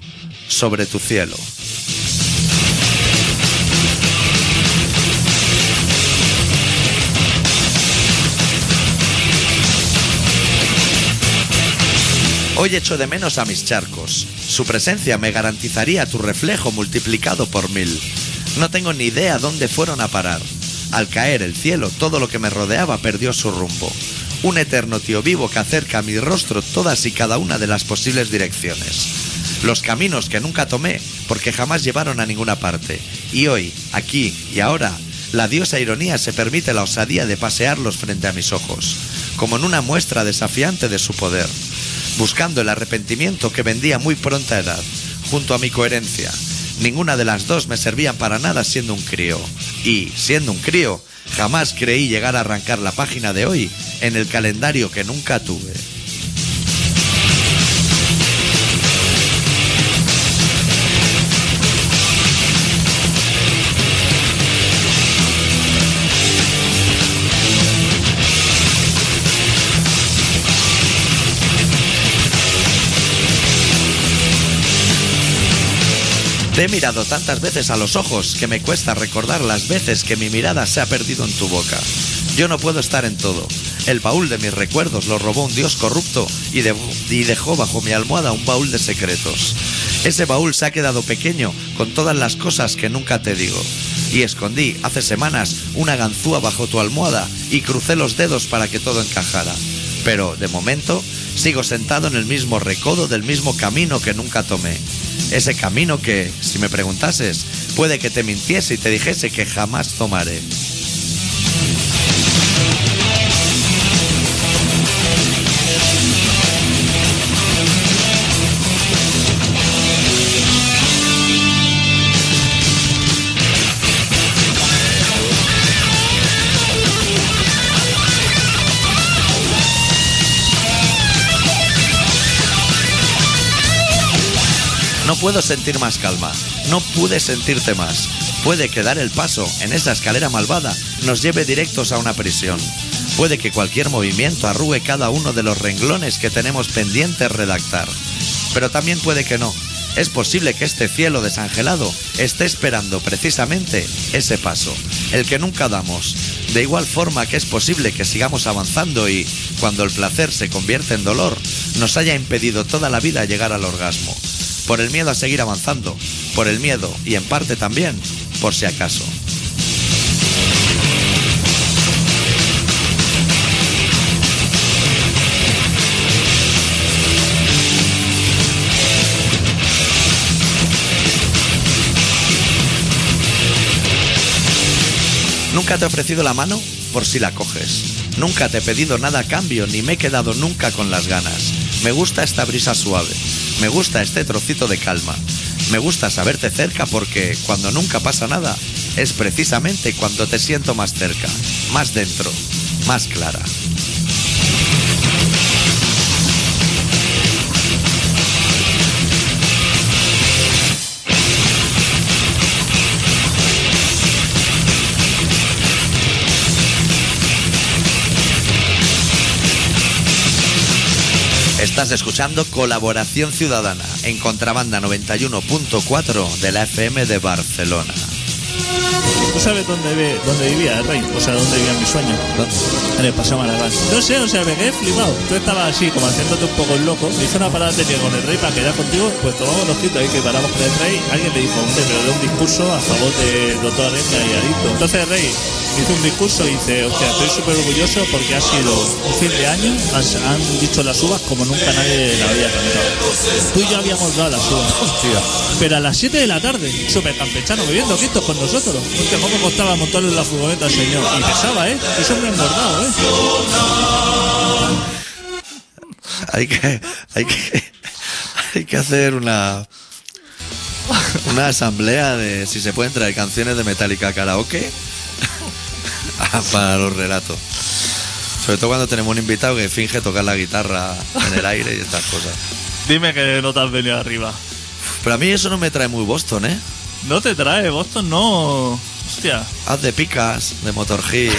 sobre tu cielo. Hoy echo de menos a mis charcos. Su presencia me garantizaría tu reflejo multiplicado por mil. No tengo ni idea dónde fueron a parar. Al caer el cielo, todo lo que me rodeaba perdió su rumbo. Un eterno tío vivo que acerca a mi rostro todas y cada una de las posibles direcciones. Los caminos que nunca tomé porque jamás llevaron a ninguna parte. Y hoy, aquí y ahora, la diosa ironía se permite la osadía de pasearlos frente a mis ojos, como en una muestra desafiante de su poder buscando el arrepentimiento que vendía muy pronta edad, junto a mi coherencia. Ninguna de las dos me servían para nada siendo un crío. Y, siendo un crío, jamás creí llegar a arrancar la página de hoy en el calendario que nunca tuve. Te he mirado tantas veces a los ojos que me cuesta recordar las veces que mi mirada se ha perdido en tu boca. Yo no puedo estar en todo. El baúl de mis recuerdos lo robó un dios corrupto y, de- y dejó bajo mi almohada un baúl de secretos. Ese baúl se ha quedado pequeño con todas las cosas que nunca te digo. Y escondí hace semanas una ganzúa bajo tu almohada y crucé los dedos para que todo encajara. Pero, de momento, sigo sentado en el mismo recodo del mismo camino que nunca tomé. Ese camino que, si me preguntases, puede que te mintiese y te dijese que jamás tomaré. No puedo sentir más calma. No pude sentirte más. Puede que dar el paso en esa escalera malvada nos lleve directos a una prisión. Puede que cualquier movimiento arrugue cada uno de los renglones que tenemos pendientes redactar. Pero también puede que no. Es posible que este cielo desangelado esté esperando precisamente ese paso, el que nunca damos. De igual forma que es posible que sigamos avanzando y, cuando el placer se convierte en dolor, nos haya impedido toda la vida llegar al orgasmo por el miedo a seguir avanzando, por el miedo y en parte también por si acaso. Nunca te he ofrecido la mano por si la coges. Nunca te he pedido nada a cambio ni me he quedado nunca con las ganas. Me gusta esta brisa suave. Me gusta este trocito de calma. Me gusta saberte cerca porque cuando nunca pasa nada es precisamente cuando te siento más cerca, más dentro, más clara. Estás escuchando Colaboración Ciudadana en Contrabanda 91.4 de la FM de Barcelona.
¿Tú sabes dónde, ve- dónde vivía el rey? O sea, dónde vivía mi sueño. En el Paseo Maragall. No sé, o sea, me quedé flipado. Tú estabas así, como haciéndote un poco el loco. Me hizo una parada técnica con el rey para quedar contigo. Pues tomamos los quitos ahí que paramos con el rey. Alguien le dijo a un pero de un discurso a favor del doctor Arenga y Adicto. Entonces el rey hizo un discurso y dice, o sea, estoy súper orgulloso porque ha sido un fin de año. Has- han dicho las uvas como nunca nadie la había cantado. Tú y yo habíamos dado las uvas. Pero a las 7 de la tarde, súper campechano, bebiendo quietos con nosotros. Porque cómo costaba montarlo en la furgoneta al señor. Y pesaba, ¿eh? Eso me ha engordado, ¿eh?
Hay que, hay que, hay que hacer una, una asamblea de si se pueden traer canciones de Metallica a karaoke para los relatos. Sobre todo cuando tenemos un invitado que finge tocar la guitarra en el aire y estas cosas.
Dime que no te has venido arriba.
Pero a mí eso no me trae muy Boston, ¿eh?
No te trae, Boston no. Hostia,
Haz de picas, de motorhead,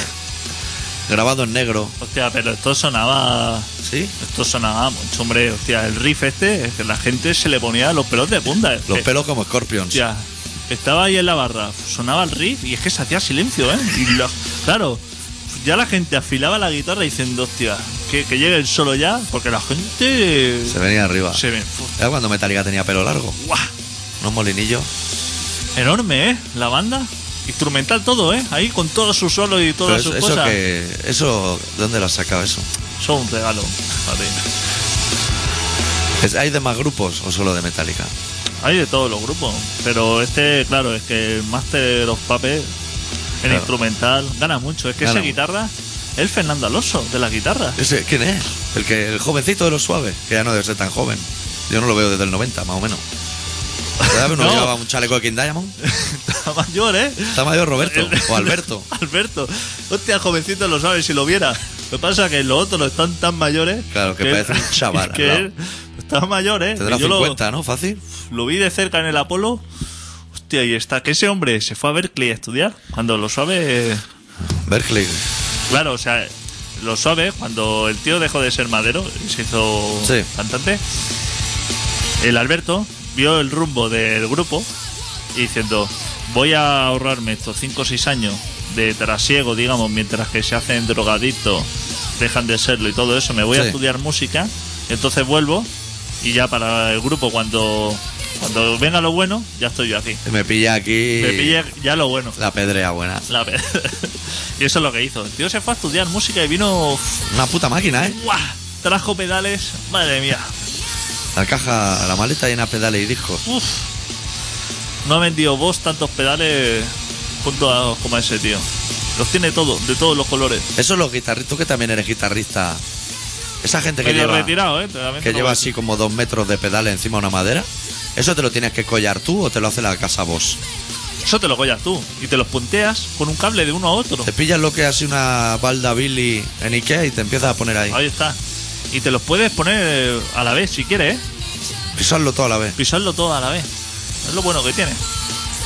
grabado en negro,
hostia, pero esto sonaba.
¿sí?
Esto sonaba mucho, hombre. Hostia, el riff este, es que la gente se le ponía los pelos de punta. es
Los
que-
pelos como Scorpions.
Hostia, estaba ahí en la barra, sonaba el riff y es que se hacía silencio, ¿eh? Y la- claro, ya la gente afilaba la guitarra diciendo, hostia, que, que llegue el solo ya, porque la gente.
Se venía arriba.
se ve- fu-
Era cuando Metallica tenía pelo largo,
¡guau!
unos molinillos.
Enorme, ¿eh? La banda. Instrumental todo, ¿eh? Ahí con todos sus solos y
Pero
todas
eso,
sus
Pues eso
cosas.
que. Eso, ¿de dónde lo has sacado eso?
Son un regalo. padre.
¿Es- ¿Hay demás grupos o solo de Metallica?
Hay de todos los grupos. Pero este, claro, es que el Master of Puppets, el
Claro.
instrumental, gana mucho. Es que
Gana
esa
mucho.
guitarra es Fernando Alonso, de la guitarra.
Ese, ¿Quién es? El que el jovencito de los suaves, que ya no debe ser tan joven. Yo no lo veo desde el 90, más o menos. ¿Sabes? ¿No,
No.
llevaba un chaleco de King Diamond?
Está mayor, ¿eh?
Está mayor Roberto o Alberto.
Alberto. Hostia, el jovencito lo sabe si lo viera. Lo que pasa es que los otros están tan mayores.
Claro, que parece un chaval,
Que
claro.
él está mayor, ¿eh?
Tendrá
Y yo lo-
50, ¿no? Fácil.
Lo, vi de cerca en el Apolo. Hostia, y está. Que ese hombre se fue a Berkeley a estudiar. Cuando lo sabe.
Berkeley.
Claro, o sea, lo sabe. Cuando el tío dejó de ser madero y se hizo
Sí.
cantante, el Alberto vio el rumbo del grupo y diciendo: Voy a ahorrarme estos 5 o 6 años de trasiego, digamos, mientras que se hacen drogadictos, dejan de serlo y todo eso. Me voy a
Sí.
estudiar música, entonces vuelvo y ya para el grupo, cuando, cuando venga lo bueno, ya estoy yo aquí.
Me pilla aquí
Me pille ya lo bueno.
la pedrea buena.
La pe- y eso es lo que hizo. El tío se fue a estudiar música y vino.
Una puta máquina, ¿eh?
¡guau! Trajo pedales. Madre mía.
La caja, la maleta llena de pedales y discos.
Uf. No ha vendido vos tantos pedales junto a como a ese tío. Los tiene todos, de todos los colores.
Eso es los guitarristas. Tú que también eres guitarrista. Esa gente que
Medio
lleva,
retirado, ¿eh? También
que
te lo
lleva
voy a
así como dos metros de pedales encima de una madera. ¿Eso te lo tienes que collar tú o te lo hace la casa vos?
decir. Eso te lo collas tú. Y te los punteas con un cable de uno a otro.
Te pillas lo que es así una balda Billy en Ikea y te empiezas a poner ahí.
Ahí está. Y te los puedes poner a la vez si quieres, ¿eh?
Pisarlo todo a la vez.
Pisarlo todo a la vez. Es lo bueno que tiene.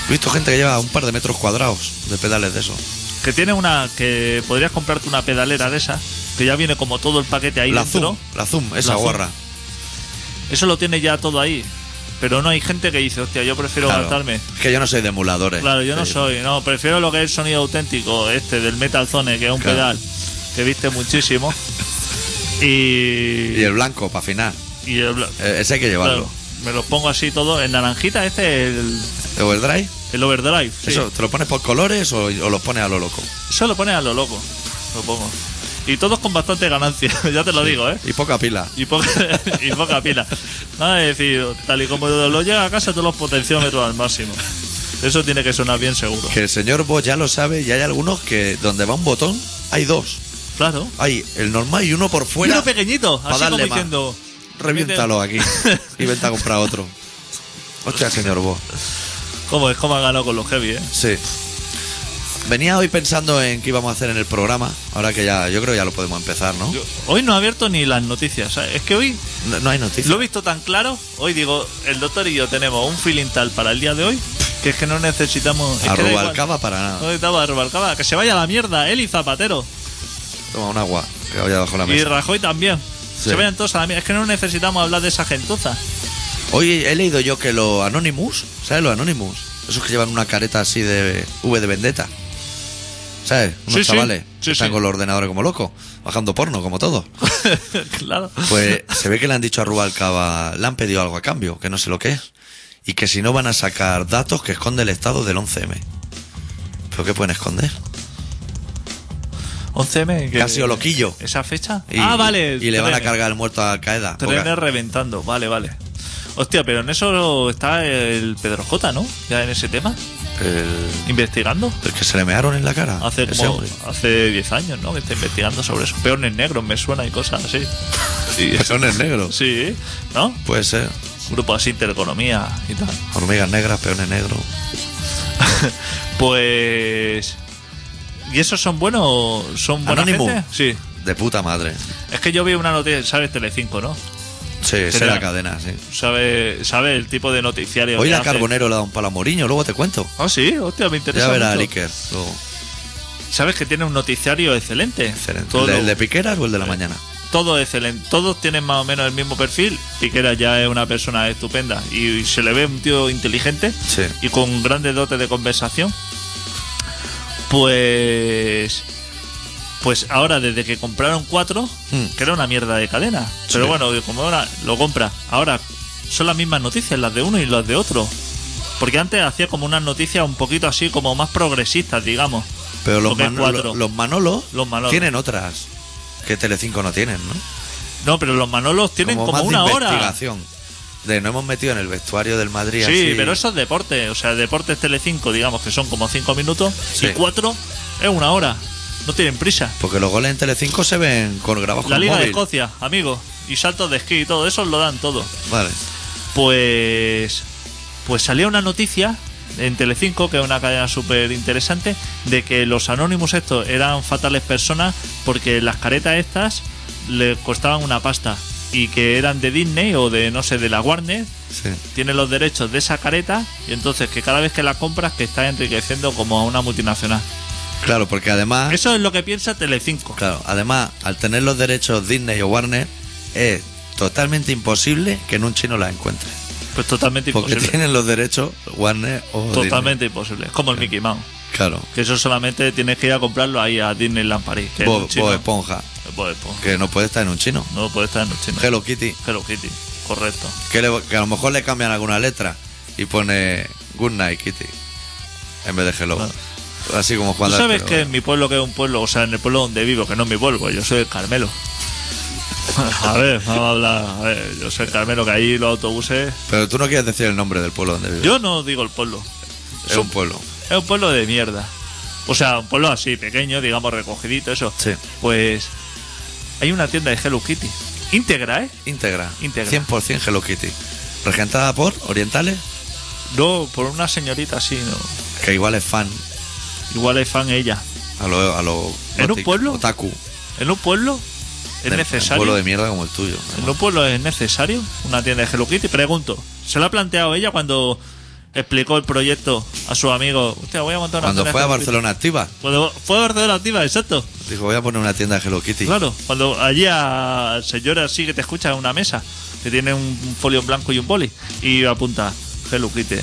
He visto gente que lleva un par de metros cuadrados de pedales de eso.
Que tiene una. que podrías comprarte una pedalera de esa. Que ya viene como todo el paquete ahí
La
dentro.
Zoom, la Zoom, esa
La Zoom.
gorra.
Eso lo tiene ya todo ahí. Pero no hay gente que dice, hostia, yo prefiero
Claro.
gastarme.
Es que yo no soy de emuladores.
Claro, yo no
Sí.
soy, no, prefiero lo que es el sonido auténtico, este del Metal Zone, que es un
Claro.
pedal que viste muchísimo.
Y
Y.
el blanco, para afinar.
y el bla-
Eh, Ese hay que llevarlo.
claro, me los pongo así todo. En naranjita, este es el,
Overdrive,
el overdrive. sí.
eso, ¿te lo pones por colores o, o lo pones a lo loco?
Eso lo pones a lo loco. Lo pongo. Y todos con bastante ganancia, ya te lo digo, ¿eh?
Y poca pila.
y poca, y poca pila. Nada de decir, tal y como lo llega a casa, todos los potenciómetros al máximo. Eso tiene que sonar bien seguro.
Que el señor vos ya lo sabe y hay algunos que donde va un botón hay dos.
Claro.
Hay el normal y uno por
Y
fuera.
uno pequeñito,
pa'
así como
darle más.
diciendo.
Reviéntalo aquí y vente a comprar otro. Hostia, señor vos.
¿Cómo es? ¿Cómo ha ganado con los heavy, eh?
Sí. Venía hoy pensando en qué íbamos a hacer en el programa. Ahora que ya, yo creo que ya lo podemos empezar, ¿no?
Hoy no ha abierto ni las noticias. ¿sabes? Es que hoy
No, no hay noticias.
lo he visto tan claro. Hoy digo, el doctor y yo tenemos un feeling tal para el día de hoy que es que no necesitamos. es que da igual.
Arrubalcaba para
No
nada.
necesitamos a Rubalcaba. Que se vaya a la mierda, él y Zapatero.
Toma un agua que había bajo la
Y
mesa.
Rajoy también.
Sí.
Se vayan todos a la mierda. Es que no necesitamos hablar de esa gentuza.
Hoy he leído yo que los Anonymous, ¿sabes? Los Anonymous, esos que llevan una careta así de V de vendetta. ¿Sabes? Unos
Sí, sí.
chavales
Sí,
que están
sí.
con los ordenadores como locos, bajando porno como todos.
claro.
Pues se ve que le han dicho a Rubalcaba, le han pedido algo a cambio, que no sé lo que es. Y que si no van a sacar datos que esconde el Estado del 11M. ¿Pero qué pueden esconder?
11M. que-
Que ha sido loquillo.
¿Esa fecha?
Y,
ah, vale.
Y le van a
trenes.
cargar el muerto a Al Qaeda.
Trenes
Porque-
reventando. Vale, vale. Hostia, pero en eso está el Pedro J, ¿no? Ya en ese tema.
el,
Investigando.
el que se le mearon en la cara.
Hace
ese
como,
hombre.
hace 10 años, ¿no? Que está investigando sobre eso. Peones negros, me suena y cosas así.
Peones negros.
Sí, ¿no?
Puede ser.
Grupo así, Intereconomía y tal.
Hormigas negras, peones negros.
Pues... ¿Y esos son buenos? ¿Son buena
Anónimo.
gente? Sí.
de puta madre.
Es que yo vi una noticia, ¿sabes? Telecinco, ¿no?
Sí, esa es
Genial.
la cadena, sí.
¿Sabe, sabe el tipo de noticiario
Hoy
que
la
hace?
Carbonero le da un palo a Moriño, luego te cuento.
Ah, sí, hostia, me interesa
Ya verá,
mucho.
Iker. luego.
Sabes que tiene un noticiario excelente.
Excelente.
Todo,
¿El, de- el de Piqueras o el de la mañana?
todo excelente. Todos tienen más o menos el mismo perfil. Piquera ya es una persona estupenda y, y se le ve un tío inteligente
Sí.
y con grandes dotes de conversación. Pues. Pues ahora, desde que compraron cuatro,
Hmm.
que era una mierda de cadena. Pero
Sí.
bueno, como ahora lo compra, ahora son las mismas noticias, las de uno y las de otro. Porque antes hacía como unas noticias un poquito así, como más progresistas, digamos.
Pero los,
Porque hay
Manolo-
cuatro.
los Manolo
Los Manolo.
tienen otras que Telecinco no tienen, ¿no?
No, pero los Manolos tienen como,
más
una
de
hora.
investigación. De no hemos metido en el vestuario del Madrid.
Sí,
así.
pero eso es deporte. O sea, deportes Telecinco, digamos que son como cinco minutos.
Sí.
Y cuatro es una hora. No tienen prisa.
Porque los goles en Telecinco se ven con grabados
La
con
Liga de
móvil.
Escocia, amigo. Y saltos de esquí y todo. Eso lo dan todo.
Vale.
Pues. Pues salía una noticia en Telecinco, que es una cadena súper interesante, de que los anónimos estos eran fatales personas porque las caretas estas les costaban una pasta. Y que eran de Disney o de, no sé, de la Warner.
Sí.
tiene los derechos de esa careta y entonces que cada vez que la compras que estás enriqueciendo como a una multinacional.
Claro, porque además,
Eso es lo que piensa Telecinco.
Ah. claro, además, al tener los derechos Disney o Warner, es totalmente imposible que en un chino la encuentre.
Pues totalmente
Porque
imposible.
tienen los derechos Warner o Disney.
Totalmente imposible. Es como el Mickey Mouse.
Claro.
Que eso solamente tienes que ir a comprarlo ahí a Disneyland París. Que es
Bob,
un chino.
Bob Esponja,
Bob Esponja.
que no puede estar en un chino.
No puede estar en los chinos.
Hello Kitty,
Hello Kitty. Correcto.
que, le- que a lo mejor le cambian alguna letra y pone Good Night Kitty en vez de Hello.
Claro.
Así como
Ah. Tú
cuando.
sabes
pero
que en mi pueblo, que es un pueblo, o sea, en el pueblo donde vivo, que no es mi pueblo, pues yo soy el Carmelo. A ver, vamos a hablar. A ver, yo soy el Carmelo, que ahí los autobuses.
Pero tú no quieres decir el nombre del pueblo donde vives.
Yo no digo el pueblo.
es un pueblo.
Es un pueblo de mierda. O sea, un pueblo así, pequeño, digamos, recogidito, eso.
Sí.
Pues hay una tienda de Hello Kitty. Íntegra, ¿eh?
Íntegra.
Íntegra.
100% Hello Kitty. Regentada por orientales,
No, por una señorita así, no.
que igual es fan
Igual es fan ella.
a lo. A lo
¿En un
gothic-
pueblo?
Otaku.
En un pueblo es
De- Un
necesario.
pueblo de mierda como el tuyo.
En un pueblo es necesario una tienda de Hello Kitty. Pregunto, ¿se lo ha planteado ella cuando explicó el proyecto a su amigo? Hostia, voy a montar una
Cuando
tienda
fue
de
a
Hello Kitty"?
Barcelona Activa,
Cuando fue a Barcelona Activa, exacto.
dijo: Voy a poner una tienda de Hello Kitty.
Claro, cuando allí a- al señor así que te escucha en una mesa, que tiene un un folio en blanco y un boli, y apunta, Hello Kitty,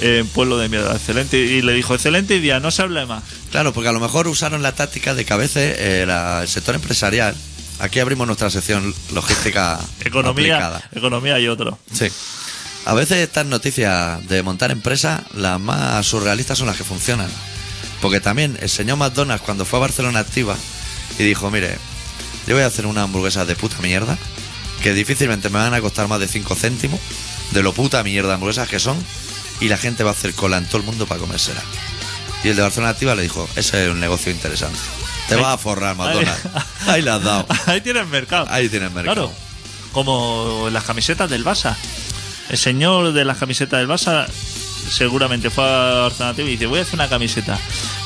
eh, pueblo de mierda, excelente. Y le dijo, excelente idea, no se hable más.
Claro, porque a lo mejor usaron la táctica de que a veces eh, la- el sector empresarial, aquí abrimos nuestra sección logística
Economía,
aplicada.
economía y otro.
Sí. A veces estas noticias de montar empresas, las más surrealistas son las que funcionan. Porque también el señor McDonald's cuando fue a Barcelona Activa y dijo, mire, yo voy a hacer una hamburguesa de puta mierda, que difícilmente me van a costar más de 5 céntimos, de lo puta mierda hamburguesas que son, y la gente va a hacer cola en todo el mundo para comérsela. Y el de Barcelona Activa le dijo, ese es un negocio interesante. Te vas a forrar, McDonald's. Ahí la has dado.
Ahí tienes mercado.
Ahí tienes mercado.
Claro, como las camisetas del Barça. El señor de las camisetas del Barça seguramente fue a Barcelona TV y dice, voy a hacer una camiseta.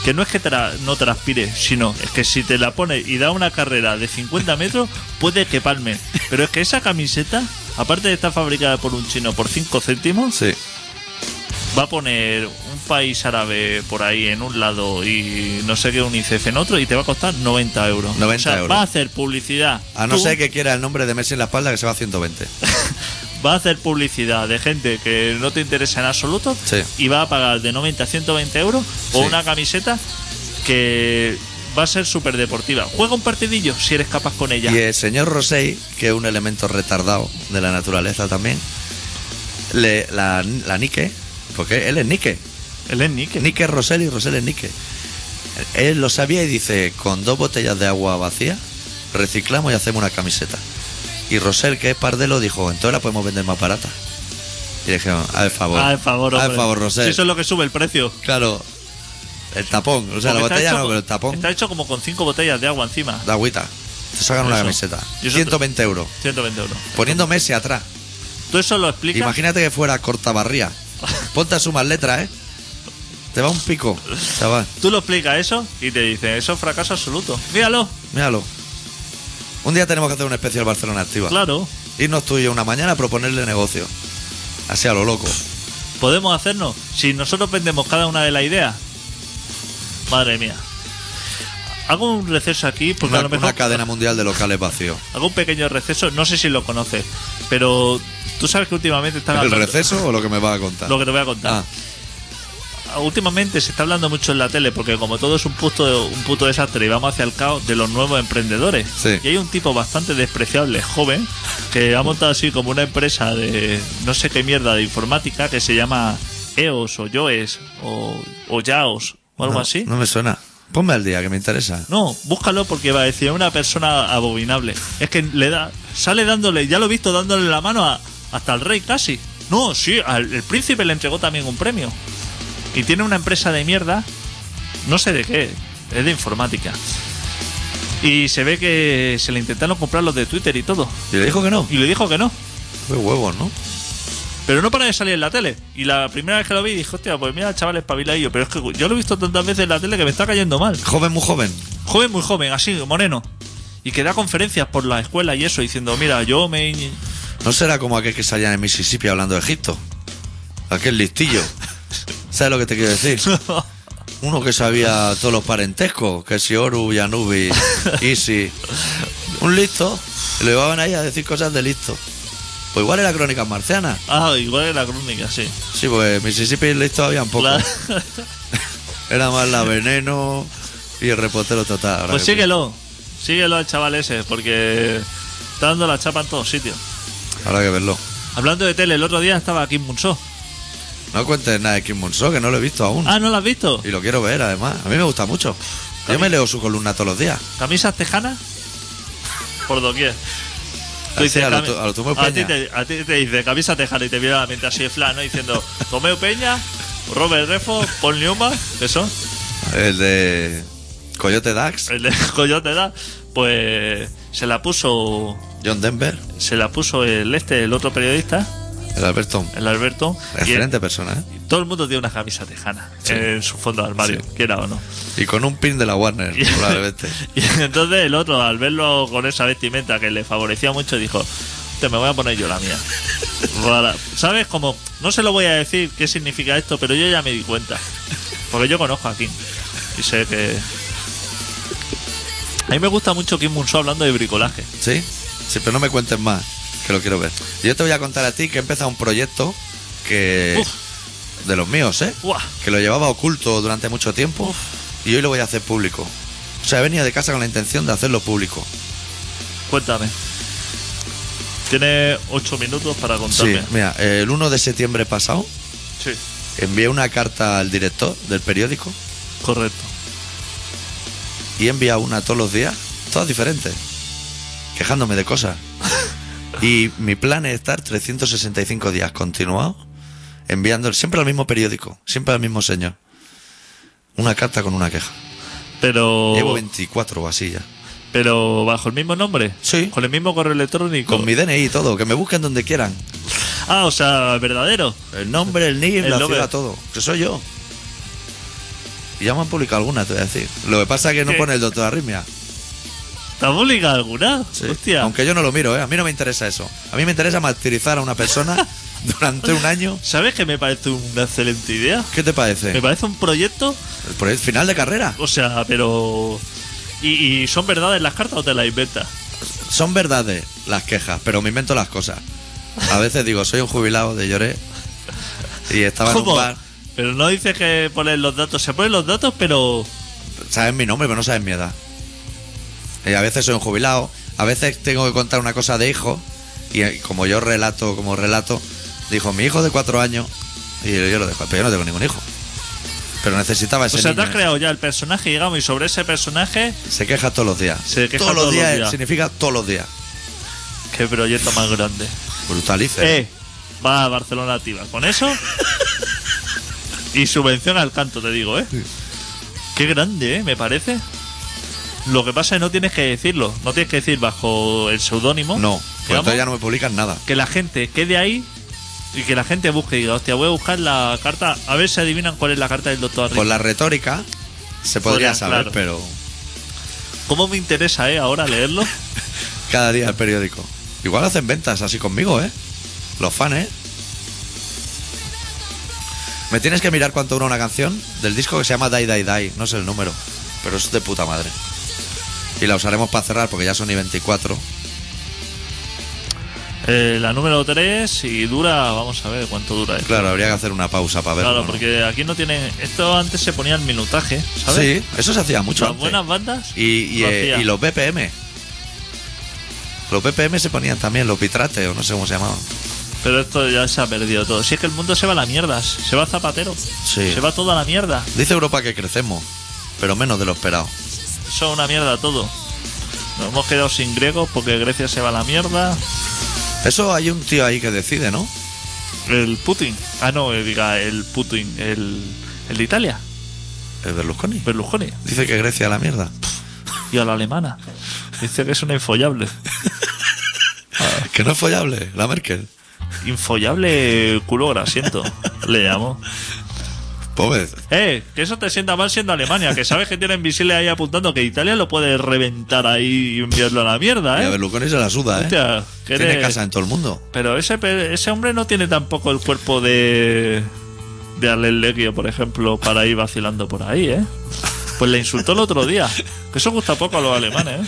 Que no es que tra- no transpire, sino es que si te la pones y da una carrera de 50 metros, puede que palme. Pero es que esa camiseta, aparte de estar fabricada por un chino por 5 céntimos,
Sí.
va a poner un país árabe por ahí en un lado y no sé qué UNICEF en otro y te va a costar 90 euros.
90
o sea,
euros.
va a hacer publicidad.
A no
Tú-
ser que quiera el nombre de Messi en la espalda que se va a 120.
va a hacer publicidad de gente que no te interesa en absoluto
Sí.
y va a pagar de 90 a 120 euros o
Sí.
una camiseta que va a ser súper deportiva. Juega un partidillo si eres capaz con ella.
Y el señor Rosey, que es un elemento retardado de la naturaleza también, le, la, la Nike, porque él es Nike.
Él es Nike.
Nike es Rosell y Rosell es Nike. Él lo sabía y dice, con dos botellas de agua vacía, reciclamos y hacemos una camiseta. Y Rosell, que es pardelo, dijo, entonces la podemos vender más barata. Y le dijeron, al favor.
Ah, el favor,
E. Al
hombre.
favor,
Si
Rosell.
eso es lo que sube el precio.
Claro, el tapón. O sea, la
Porque
botella
está hecho
no,
con-
pero el tapón
Está hecho como con cinco botellas de agua encima.
de agüita. Te sacan una
Eso.
camiseta.
Y eso-
120 euros.
120 euros.
Poniendo Messi atrás.
Tú eso lo explicas.
Imagínate que fuera cortabarría. Ponte a sumar letras, ¿eh? Te va un pico, chaval.
Tú lo explicas eso y te dicen, eso es fracaso absoluto. Míralo.
Míralo. Un día tenemos que hacer un especial Barcelona Activa.
Claro.
Irnos tú y yo una mañana a proponerle negocio. Así a lo loco.
Podemos hacernos. Si nosotros vendemos cada una de las ideas. Madre mía. Hago un receso aquí porque
Una,
Pues a lo mejor.
una cadena mundial de locales vacíos.
Hago un pequeño receso. No sé si lo conoces. Pero tú sabes que últimamente están
¿El
hablando-
receso o lo que me vas a contar?
Lo que te voy a contar.
Ah,
últimamente se está hablando mucho en la tele porque como todo es un puto, un puto desastre y vamos hacia el caos de los nuevos emprendedores.
Sí.
Y hay un tipo bastante despreciable, joven, que ha montado así como una empresa de no sé qué mierda de informática que se llama EOS o YOES o, o YAOS o algo
no,
así.
No me suena. Ponme al día, que me interesa.
No, búscalo porque va a decir una persona abominable. Es que le da, sale dándole, ya lo he visto dándole la mano a- hasta al rey casi. No, sí, al el príncipe le entregó también un premio. Y tiene una empresa de mierda, no sé de qué, es de informática. Y se ve que se le intentaron comprar los de Twitter y todo.
Y le dijo que no.
Y le dijo que no.
Qué huevos, ¿no?
Pero no para de salir en la tele. Y la primera vez que lo vi dije, hostia, pues mira, chaval, espabiladillo. Pero es que yo lo he visto tantas veces en la tele que me está cayendo mal.
Joven, muy joven.
joven, muy joven, así, moreno. Y que da conferencias por la escuela y eso, diciendo, mira, yo me... he-
No será como aquel que salía en Mississippi hablando de Egipto. Aquel listillo. ¿Sabes lo que te quiero decir? Uno que sabía todos los parentescos, que si Oru, Yanubi, Isi. Un listo. y Lo llevaban ahí a decir cosas de listo. Pues igual era crónica marciana.
Ah, igual en la crónica, sí.
Sí, pues Mississippi y listo había un poco.
La-
Era más la veneno y el repotero total. ahora
Pues
que
síguelo, síguelo al chaval ese, porque está dando la chapa en todos sitios.
pienso. Ahora hay que verlo.
Hablando de tele, el otro día estaba Kim Munso.
No cuentes nada de Kim Monso, que no lo he visto aún.
Ah, ¿no lo has visto?
Y lo quiero ver, además. A mí me gusta mucho. Yo me leo su columna todos los días.
¿Camisas tejanas? Por doquier.
Así, Ah, a lo
cami-
tu- a lo Tomeu
a ti
Peña.
te, a ti te dice camisa tejana y te viene a la mente así de flan, ¿no? Diciendo, Tomeo Peña, Robert Refo, Paul Newman, que son
El de Coyote Dax,
el de Coyote da, pues se la puso
John Denver,
se la puso el este, el otro periodista,
el Alberto.
el Alberto, y el-
Excelente persona, ¿eh?
todo el mundo tiene una camisa tejana
Sí.
en su fondo de armario,
Sí.
quiera o no.
Y con un pin de la Warner,
Y-
probablemente.
Y entonces el otro, al verlo con esa vestimenta que le favorecía mucho, dijo, te me voy a poner yo la mía. Para- ¿Sabes cómo? No se lo voy a decir qué significa esto, pero yo ya me di cuenta. Porque yo conozco a Kim. Y sé que... A mí me gusta mucho Kim Munso hablando de bricolaje.
¿Sí? Sí, pero no me cuentes más, que lo quiero ver. Yo te voy a contar a ti que he empezado un proyecto que... De los míos, ¿eh?
Buah.
Que lo llevaba oculto durante mucho tiempo
Uf.
y hoy lo voy a hacer público. O sea, he venido de casa con la intención de hacerlo público.
Cuéntame. Tiene ocho minutos para contarme.
Sí, mira, el 1 de septiembre pasado
Sí.
envié una carta al director del periódico
Correcto.
y he enviado una todos los días, todas diferentes, quejándome de cosas. Y mi plan es estar 365 días continuados enviando siempre al mismo periódico, siempre al mismo señor. Una carta con una queja.
Pero.
Llevo 24 o así ya.
Pero bajo el mismo nombre.
Sí.
Con el mismo correo electrónico.
Con mi DNI y todo, que me busquen donde quieran.
Ah, o sea, verdadero.
El nombre, el NIF,
El
la
nombre.
ciudad, todo. Que soy yo. Y ya me han publicado alguna, te voy a decir. Lo que pasa es que no
¿Qué?
pone el doctor Arritmia.
¿Está pública alguna?
Sí.
Hostia.
Aunque yo no lo miro, ¿eh? A mí no me interesa eso. A mí me interesa martirizar a una persona durante un año.
¿Sabes que me parece una excelente idea?
¿Qué te parece?
Me parece un proyecto.
El proyecto final de carrera.
O sea, pero. ¿Y, y son verdades las cartas o te las inventas?
Son verdades las quejas, pero me invento las cosas. A veces digo, soy un jubilado de lloré y estaba en un bar.
Pero no dices que pones los datos. Se ponen los datos, pero.
Sabes mi nombre, pero no sabes mi edad. Y a veces soy un jubilado, a veces tengo que contar una cosa de hijo y eh, como yo relato, como relato, dijo mi hijo de cuatro años y yo, yo lo dejo, pero yo no tengo ningún hijo. Pero necesitaba ese
O sea, te
niño. ¿eh?
has creado ya el personaje, digamos, y sobre ese personaje
Se queja todos los días.
Se queja
todos los días,
días.
significa todos los días.
Qué proyecto más grande.
Brutalice.
Eh, va a Barcelona activa. Con eso. Y subvención al canto, te digo, ¿eh? Qué grande, ¿eh? Me parece. Lo que pasa es que no tienes que decirlo. No tienes que decir bajo el seudónimo.
No, pues
digamos,
entonces ya no me publican nada.
Que la gente quede ahí y que la gente busque y diga, hostia, voy a buscar la carta. A ver si adivinan cuál es la carta del doctor
Por la retórica se podría
Podría,
saber,
claro.
pero
¿Cómo me interesa, eh? Ahora leerlo.
cada día el periódico. Igual hacen ventas así conmigo, ¿eh? Los fans, ¿eh? Me tienes que mirar cuánto dura una canción del disco que se llama Die Die Die. No sé el número, pero es de puta madre. Y la usaremos para cerrar porque ya son y 24.
Eh, la número 3 y dura, vamos a ver cuánto dura. eh. esto.
Claro, habría que hacer una pausa para verlo.
Claro,
¿no?
porque aquí no tienen. Esto antes se ponía el minutaje, ¿sabes?
Sí, eso se hacía mucho
Las
antes.
buenas bandas.
Y, y,
lo
eh,
hacía.
y los BPM. Los BPM se ponían también, los bitrates, o no sé cómo se llamaban.
Pero esto ya se ha perdido todo. Si es que el mundo se va a la mierda, se va Zapatero,
Sí.
se va toda la mierda.
Dice Europa que crecemos, pero menos de lo esperado.
Eso es una mierda todo. Nos hemos quedado sin griegos porque Grecia se va a la mierda.
Eso hay un tío ahí que decide, ¿no?
El Putin. Ah, no, eh, diga, el Putin. El, el de Italia,
El Berlusconi.
Berlusconi.
Dice que Grecia a la mierda.
Y a la alemana. Dice que es una infollable.
Que no es follable, la Merkel.
Infollable culo grasiento, le llamo.
Pobre.
Eh, que eso te sienta mal siendo Alemania, que sabes que tienen misiles ahí apuntando que Italia lo puede reventar ahí y enviarlo a la mierda,
Y a
¿eh?
Berlusconi se la suda, ¿eh?
Hostia, que
Tiene
eres-
casa en todo el mundo.
Pero ese, pe- ese hombre no tiene tampoco el cuerpo de. de Alen Leguio, por ejemplo, para ir vacilando por ahí, ¿eh? Pues le insultó el otro día. Que eso gusta poco a los alemanes, ¿eh?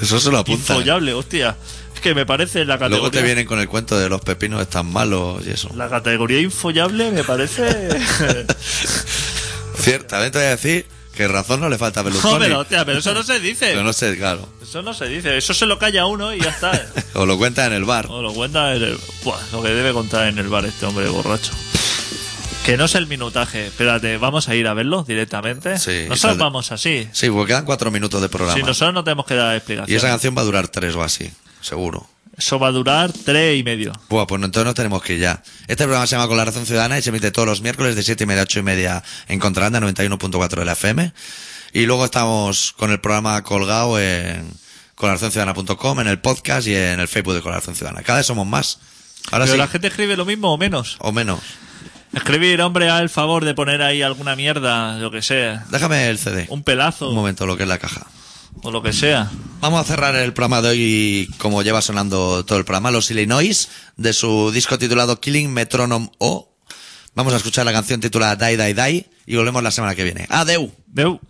Eso se lo apunta. ¿eh?
Infollable, hostia. Es que me parece la categoría.
Luego te vienen con el cuento de los pepinos están malos y eso.
La categoría infollable me parece.
Ciertamente voy a decir que razón no le falta a
no,
Berlusconi.
pero, hostia, pero eso no se dice.
Pero no sé, claro.
Eso no se dice. Eso se lo calla uno y ya está. ¿eh?
O lo cuenta en el bar.
No, lo cuenta en el- Buah, lo que debe contar en el bar este hombre borracho. Que no es el minutaje. Espérate, vamos a ir a verlo directamente.
Sí,
nosotros
sale-
vamos así.
Sí, porque quedan cuatro minutos de programa.
Si nosotros no tenemos que dar
Y
explicaciones.
esa canción va a durar tres o así, seguro.
Eso va a durar tres y medio.
Buah, pues no- entonces nos tenemos que ir ya. Este programa se llama Con la Razón Ciudadana y se emite todos los miércoles de 7 y media a 8 y media en Contralanda 91.4 de la FM. Y luego estamos con el programa colgado en colarazónciudadana.com, en el podcast y en el Facebook de Con la Razón Ciudadana. Cada vez somos más. Ahora
Pero
sí,
la gente escribe lo mismo o menos.
o menos.
Escribir, hombre, al favor de poner ahí alguna mierda, lo que sea.
Déjame el CD.
Un pelazo
Un momento, lo que es la caja.
o lo que sea.
Vamos a cerrar el programa de hoy, como lleva sonando todo el programa, los Illinois, de su disco titulado Killing Metronome O. Vamos a escuchar la canción titulada Die Die Die y volvemos la semana que viene. ¡Adeu!
Deu.